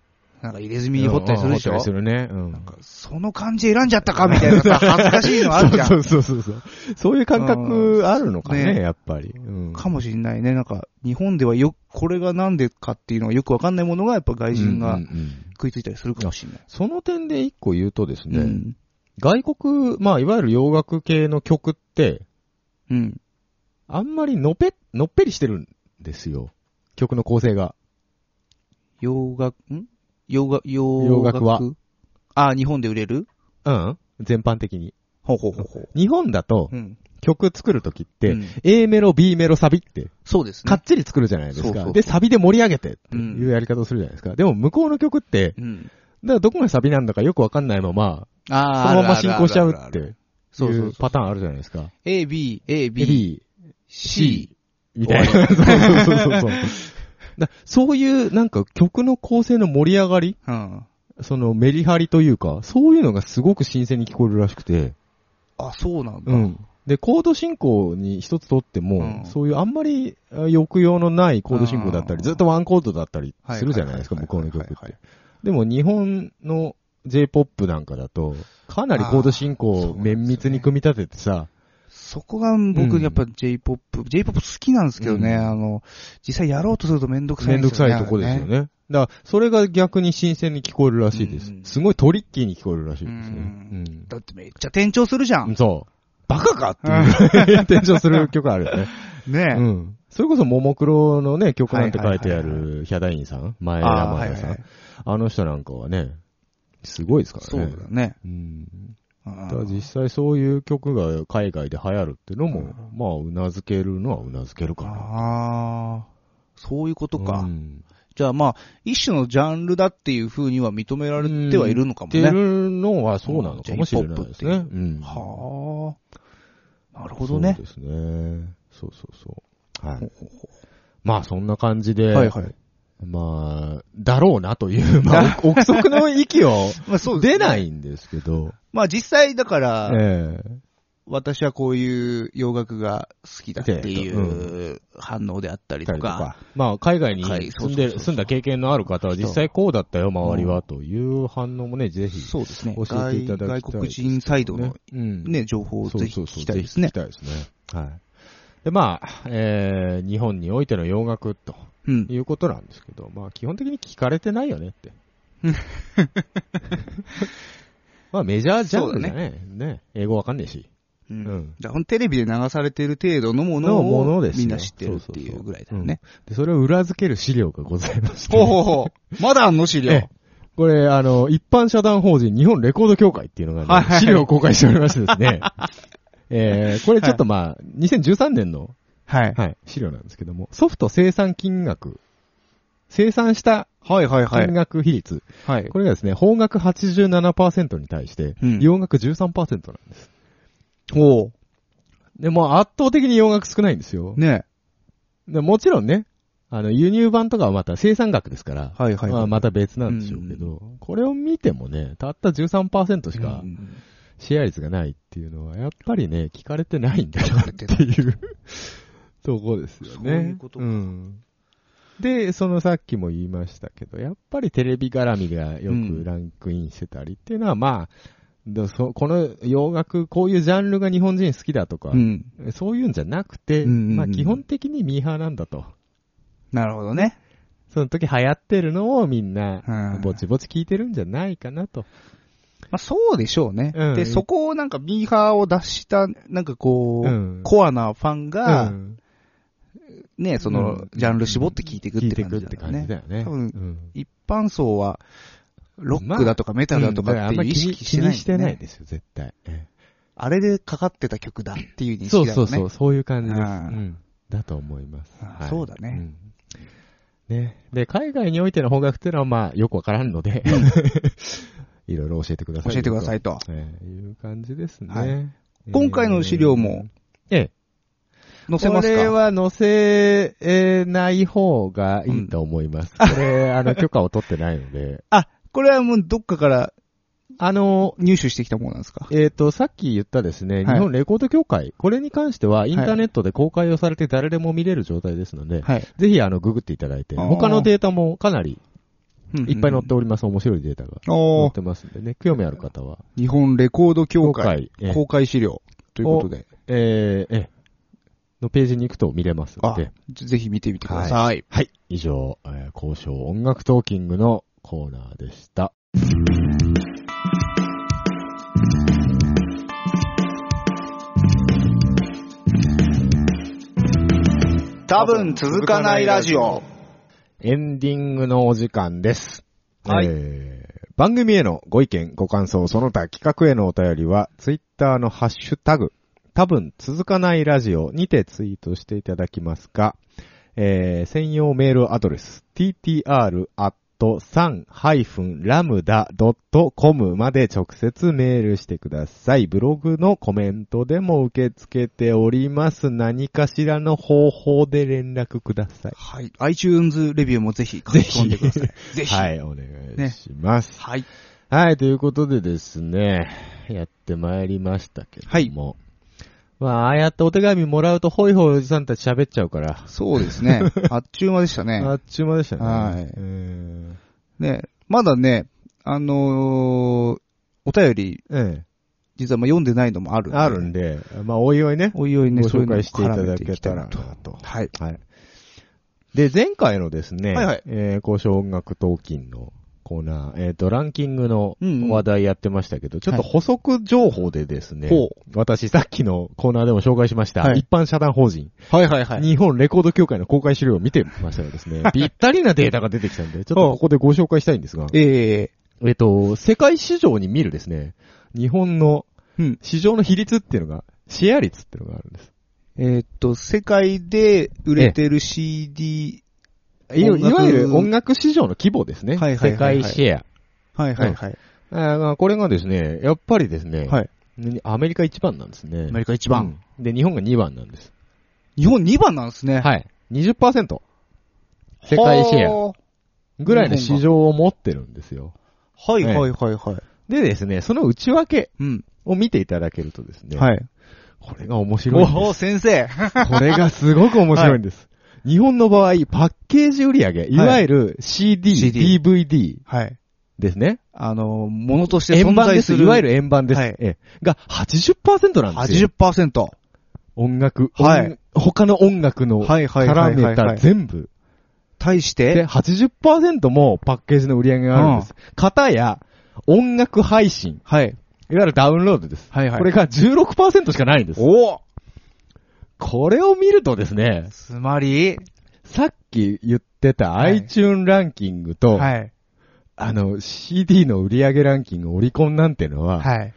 んか入れ墨に掘ったりするでしょ
うん掘ったりするね。う
なん
ん。
か、その漢字選んじゃったかみたいな
[laughs]
さ、恥ずかしいのあるじゃん。
そうそうそうそう。そういう感覚あるのか
うんね
ね、やっぱり。うん
かもしんないね。なんか、日本ではよ、これがなんでかっていうのがよくわかんないものが、やっぱ外人
う
が
んうんうん
食いついたりするかもしんない。
その点で一個言うとです
う
ね、
ん。
外国、まあ、いわゆる洋楽系の曲って、
うん。
あんまりのぺ、のっぺりしてるんですよ。曲の構成が。
洋楽、ん洋楽、洋
洋楽は
あ、日本で売れる
うん全般的に。
ほうほうほうほう。
日本だと
うん。
曲作るときって、
うん
A メロ、B メロ、サビって、
そうです
か
ね
っ。ちり作るじゃないですか。
そうそうそう
で、サビで盛り上げてっていうやり方をするじゃないですか。でも向こうの曲って、
うん。
だからどこがサビなんだかよくわかんないまま、そ
ああ、
のまま進行しちゃう
あるあるあ
っ
るある。
てい
そうそううそう
パターンあるじゃないですか。
A, B, A,
B,
B, C.
みたいな。 [laughs] そうそうそうそう。だそういうなんか曲の構成の盛り上がり
うん。
そのメリハリというか、そういうのがすごく新鮮に聞こえるらしくて、
あ、そうなんだ。
うん。で、コード進行に一つとっても、
うん
そういうあんまりあ抑揚のないコード進行だった
あー
り、ずっとワンコードだったり
はい
するじゃないですか、向こうの曲っ
はいはいはい
て。でも日本の J-POP なんかだと、かなりコード進行
あーそう
を
なんですよね
綿密に組み立ててさ、
そこが僕やっぱ J-POP、J-POP 好きなんですけどね、
うん
あの、実際やろうとするとめんどくさ
め
いん
ん
で
ど
す
く
よ
さ
ね。
いとこですよ
あれ。
ね。だから、それが逆に新鮮に聞こえるらしいです
う。ん
すごいトリッキーに聞こえるらしいですね。
う
うんん
だってめっちゃ転調するじゃん。
そう。 [laughs] バカかっていう、転調する曲あるよね。
ね
う
え。
ん。それこそ、ももクロのね、曲なんて書いてあ
はいはいは
る、ヒャダインさん前
ああ
山
はい
田
はい
さ
はい
ん。あの人なんかはね、すごいですから
そう
ね。
だね。
うん。
うん
だから実際そういう曲が海外で流行るってのも、まあ、うなずけるのはうなずけるかな。
ああ、そういうことか。
うん
じゃあまあ、一種のジャンルだっていう風には認められてはいるのかも
って
ね。
るのはそうなのかもしれないですね。
う
うん。
はあ、なるほどね
そう。ですね。そうそうそう。はい。まあそんな感じで、
はいはい。
まあ、だろうなと
[laughs]
いう、まあ、憶測の域を
まあそうですね
出ないんですけど、
まあ実際だから、
え
私はこういう洋楽が好きだっていうう反応であった
え
りとか、
まあ海外に
海
住ん
そうそうそう
で、
そう
住んだ経験のある方は実際こうだったよ、周りは、という反応もね、ぜひ、
そうですね。
教えていただきたい
外国人サイドの
うん
ね、情報を
そ
ぜ
う
ひ
そ
聞
うそう
きたいですね
ぜ。ひ聞きたいですね。はい。で、まあ、えー、日本においての洋楽と
うん。
いうことなんですけど、まあ、基本的に聞かれてないよね
[laughs]
って。まあ、メジャージャンルじゃね。ね。英語わかんねえし。
う
うんん。
だからほんとテレビで流されてる程度のもの
のもの
を
です
み
よ
んな知ってるっていうぐらいだよね。
で、それを裏付ける資料がございま
[laughs]
して。
ほうほう
[laughs]
ほう。まだあんの資料。
ええこれ、あの、一般社団法人日本レコード協会っていうのがね、
はいはい
資料を公開しておりましてで
[laughs]
すね。えー、これちょっとまあ、2013年の
はい。
はい、資料なんですけども、ソフト生産金額、生産した
はいはいはい
金。額比率、
はい。
これがですね、邦楽87%に対して、
うん
洋楽13%なんです。
お
で、もう圧倒的に洋楽少ないんですよ。
ね
でもちろんね、あの、輸入版とかはまた生産額ですから、
はいはいはい
まあ、また別なんでしょうけど、これを見てもね、たった13%しか
うん
シェア率がないっていうのは、やっぱりね、聞かれてないんだなっていうとこですよ
そう
ね。
いうことか
ん。で、そのさっきも言いましたけど、やっぱりテレビ絡みがよ
うん
くランクインしてたりっていうのは、まあ、でそこの洋楽、こういうジャンルが日本人好きだとか、
うん。
そういうんじゃなくて、
うんうんうん
まあ基本的にミーハーなんだと。
なるほどね。
その時流行ってるのをみん
う、
なんぼちぼち聞いてるんじゃないかなと。
まあそうでしょうね。
うん
で、そこをなんかミーハーを出した、なんかこう、
うん
コアなファンが、
うん
ね、その、
うん
ジャンル絞って聞いていくっ
聞い
て
て
感
くっ
じだ
て
よ
感じ
ね。
だよね。
多分
うん
一般層は、ロックだとかメタルだとかっていう意識してない、
うんだからあんま気に気にしてない。ですよ、絶対。え
あれでかかってた曲だっていう認識だ
えそ
よ
う
ね。
そうそう、そういう感じです。
う
うんん。だと思います。
あ
はい
そうだね。
うんね。で、海外においての方角っていうのは、まあ、よくわからんので、 [laughs] いろいろ教えてください。
教えてくださいと。
と。ええいう感じですね。
はい
ええ
今回の資料も、
ええ。
載せます
これ
か
は載せえない方がいいと思います。これ、あの、許可を取ってないので。
あ、これはもうどっかから
[laughs] あの、
入手してきたものなんですか
えっ、と、さっき言ったです
は
ね、
い
日本レコード協会、これに関してはインターネットで公開をされて誰でも見れる状態ですので、
はい。
ぜひあの、ググっていただいて、
あー
他のデータもかなりいっぱい載って
お
おります、面白いデータが。載
お
っ
ー
てますんでね、興味ある方は。
日本レコード協会
え
公開資料ということで、
えーえのページに行くと見れますの
あ
で、
ぜひ見てみてください。
はい、以上、えー交渉音楽トーキングのコーナーでした。
多分続かないラジオ。
エンディングのお時間です。
はい
えー番組へのご意見、ご感想、その他企画へのお便りは、ツイッターのハッシュタグ、多分続かないラジオにてツイートしていただきますか、えー専用メールアドレス、ttr.san-lambda.com まで直接メールしてください。ブログのコメントでも受け付けております。何かしらの方法で連絡ください。
はい。iTunes レビューもぜひ書き込んでくだ
[laughs]
さい。ぜひ。
は
はい。
い、お願いします。
はい。
はい、ということでですね、やってまいりましたけども。まあ、ああやってお手紙もらうと、ほいほいおじさんたち喋っちゃうから。
そうです
[laughs]
ね。あっちゅう間でした
あ
ね。
っちゅう間でしたね。
はい
うん
ね、まだね、あのーお便り
ええ。
実はまあ読んでないのもあるんで
あるんで、まあ、おいおいね、
おいおいね、
ご
そういう
紹
のを
介していた
絡め
だ
てい
け
きたい
たら
な
な
と。
と。
はい。
はい。で、前回のですね、
はいはい
えー交渉音楽トーキンのコーナー、えっ、と、ランキングの
うんうん
話題やってましたけど、ちょっと補足情報でですね、
ほ
私さっきのコーナーでも紹介しました、
はい
一般社団法人、
はいはいは。
日本レコード協会の公開資料を見てましたらです
[laughs]
ね、ぴったりなデータが出てきたんで、ちょっとここでご紹介したいんですが、
ええ
えっ、と、世界市場に見るですね、日本の
うん。
市場の比率っていうのが、シェア率っていうのがあるんです。
えーっと、世界で売れてる CD、
い
音楽
いわゆる音楽市場の規模ですね。
はいはいはいはい
世界シェ
はいはいはい。
ア。あーこれがですね、やっぱりですね、
はい
アメリカ1番なんですね。
アメリカ1番。
うんで、日本が2番なんです。
日本2番なんですね。
はい。20%。世界シェ
は
アぐらいの市場を持ってるんですよ。
あはいはいはいはい。
でですね、その内訳
うん。
を見ていただけるとですね、
はい。
これが面白いん
お
で
お、先
[laughs]
生。
す。これがすごく面白いんです。日本の場合、パッケージ売り上げ、いわゆる CD、
CD
DVD
はい。
ですね。
あの、ものとして
円
存
盤
在
ですす。
る。
いわゆる円盤です。
はい
ええが80%なんですよ。
80%。
音楽、
はい
音他の音楽の
はいはいは
絡
いは
め
いは
た
い。
全部。
対して、
で、80%もパッケージの売り上げがあるんです。型や音楽配信、
はい。
いわゆるダウンロードです。
はいはい。
これが16%しかないんです。
おお
これを見るとですね、
つまり、
さっき言ってた
はい
iTune ランキングと、
はい。
あの CD の売り上げランキングオリコンなんてのは、
はい。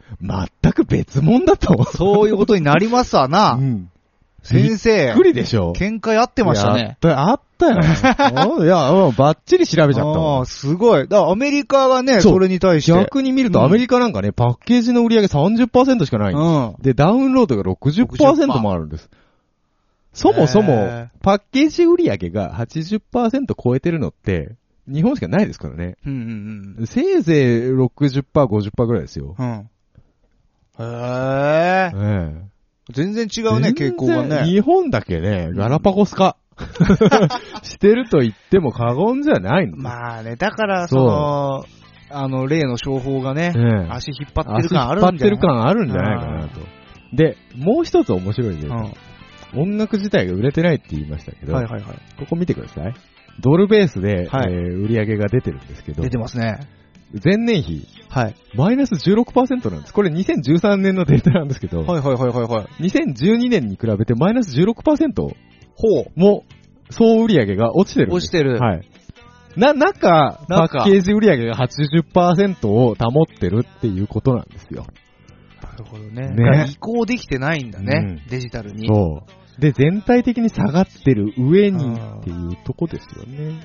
全く別物だと思う。
そういうことになりますわ
う
な。
ん。
先
び
生
っく、りでしょ
見解合ってました
や
ね
っ。ぱあっ
[laughs]
たようん。いや、うんばっちり調べちゃっ
あ
たわ
あ、。すごい。だからアメリカがね、
そう
それに対して。
逆に見る
う
と
ん
アメリカなんかね、パッケージの売り上げ30%しかないん
う
です。
ん。
で、ダウンロードが60%
60%
もあるんです。そもそ
へ
も
え、
パッケージ売り上げが80%超えてるのって、日本しかないですからね。
うんうん
せいぜい60%、50%ぐらいですよ。
うん。うん。へえ。
ええ
全然違うね、傾向が
全然
ね。
日本だけね、ガラパゴス化 [laughs] してると言っても過言じゃないの。
まあね、だから、そ
そう
の、あの、例の商法がね
え、え
足引っ張ってる感あるんじゃない
足引っ張ってる感あるんじゃないかなと。で、もう一つ面白いで、音楽自体が売れてないって言いましたけ
う
ど、
ん。はいはいはい。
ここ見てください。ドルベースで、
はい
えー売り上げが出てるんですけど、
出てますね。
前年比、
はい。
マイナス16%なんです。これ2013年のデータなんですけど、
はいはいはいはいはい。
2012年に比べてマイナス16%
ほう。
も総売り上げが落ちてるんです。
落ちてる。
はい。な、中、
中
パッケージ売り上げが80%を保ってるっていうことなんですよ。
なるほどね。だ
ね
から移行できてないんだね
う、
デジタルに。
そう。で、全体的に下がってる上に
うん
っていうとこですよね。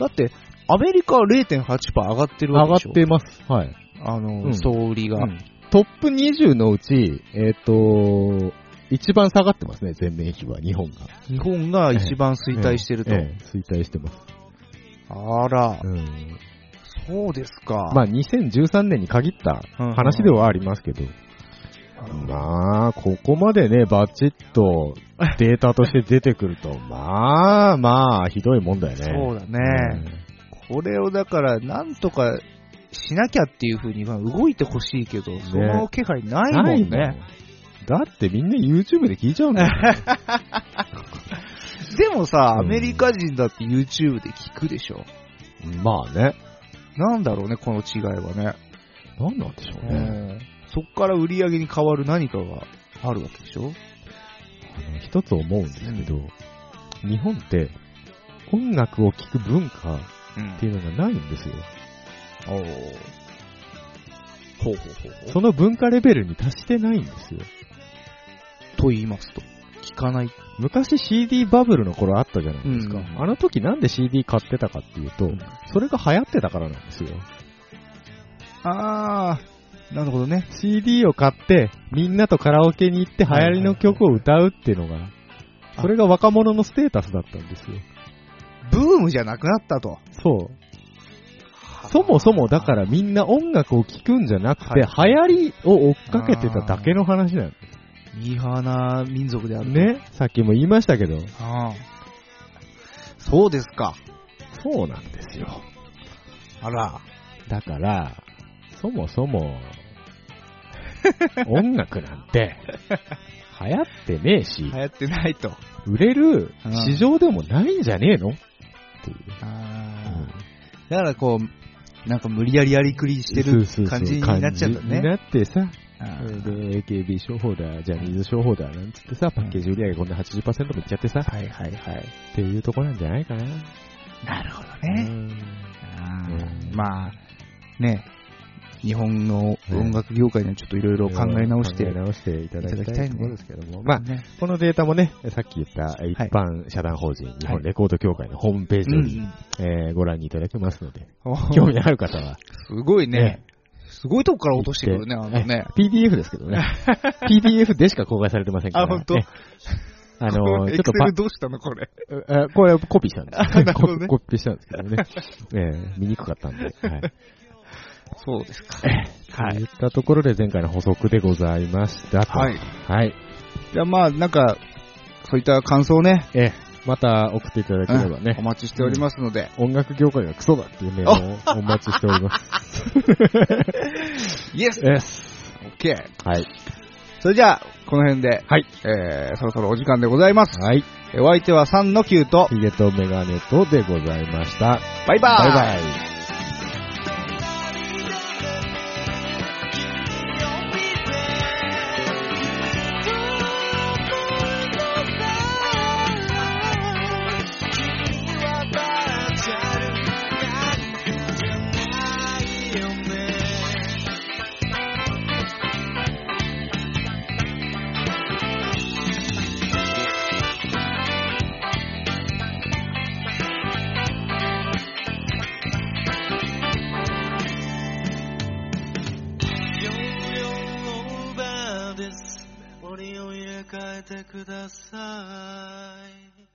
だって、アメリカは0.8%上がってる
上が
わ
っ
けでしょ。
てます。はい。
あ
う
の、
ん
総売りが。
トップ20のうち、えっ、と、一番下がってますね、前年比は、日本が。
日本が一番衰退してると。
ええ衰退してます。
あら、
うん。
そうですか。
まあ、2013年に限った話ではありますけど、まあ、ここまでね、バチッとデータとして出てくると、まあ、まあ、ひどいもんだよね。
そうだね。これをだから、なんとかしなきゃっていうふうには動いてほしいけど、その気配ないもんね。
だってみんな YouTube で聞いちゃうんだよ。
[laughs] でもさ、
うん
アメリカ人だって YouTube で聞くでしょ。
まあね。
なんだろうね、この違いはね。
なんなんでしょう
う
ね。
んそっから売り上げに変わる何かがあるわけでしょ
あの一つ思うんですけど、日本って音楽を聴く文化っ
うん
ていうのがないんですよ。
おお。ほうほうほうほう。
その文化レベルに達してないんですよ。
と言いますと。聞かない。
昔 CD バブルの頃あったじゃないですか。
うん
あの時なんで CD 買ってたかっていうと、それが流行ってたからなんですよ。
あー、なるほどね。
CD を買って、みんなとカラオケに行って流行りの曲を歌うっていうのが、それが若者のステータスだったんですよ。
ブームじゃなくなったと。
そう。そもそもだからみんな音楽を聴くんじゃなくて、流
は
行りを追っかけてただけの話な
ミーハーな民族であ
の。
る。。
ね。さっきも言いましたけど、
ああ。そうですか。
そうなんですよ。
あら。
[laughs] だから、そもそも、音楽なんて、流行ってねえし
流、行ってないと。
売れる
うん
市場でもないんじゃねえのっていう。
あーだからこう、なんか無理やりやりくりして
そう
る
そうそう
感じになっちゃった
感じに
ね。
なってさ、
あ
で
ー
AKB 商法だ、ジャニーズ商法だ、なんつってさ、パッケージ売り上げこんな80%もいっちゃってさ、
はいはいはい。
っていうとこなんじゃないかな。
なるほど
う
ね。
ん
あ
う
ー
ん
まあ、ね、日本の音楽業界にはちょっといろいろ考え直して、
考え直していただきたいところですけども。まあ、
ね、
このデータもね、さっき言った一般社団法人、日本レコード協会のホームページ
う
より、
ん
えーご覧にいただけますので、
うん。
興味のある方は、
すごいね
ね。
すごいとこから落としてくるね、あのね。
PDF ですけど
[laughs]
ね。PDF でしか公開されてませんから。
あ本当
ねあ
[laughs]
のー、ちょっと
エクセ
ば
ルどうしたのこれ。
あこれはコピーしたんです
[laughs] あなるほどね
ココピーしたんですけどね。えー見にくかったんで。はい。
そうですか。
は。
[laughs] はい
とい
い。
ったところで前回の補足でございましたと。
はい。
はい。
じゃあまあ、なんか、そういった感想をね、
えーまた送っていただければね
お。待ちしておりますので、
音楽業界がクソだっていうメールをお待ちしております。
イエス
えす。
オッケー
はい。
それじゃあ、この辺で、
はい。
えー、そろそろお時間でございます。
はい。
えーお相手は3の9と、
ヒゲとメガネとでございました。
バイバー
バ
イ
イバイ。
オーバーです。折を入れ替えてください。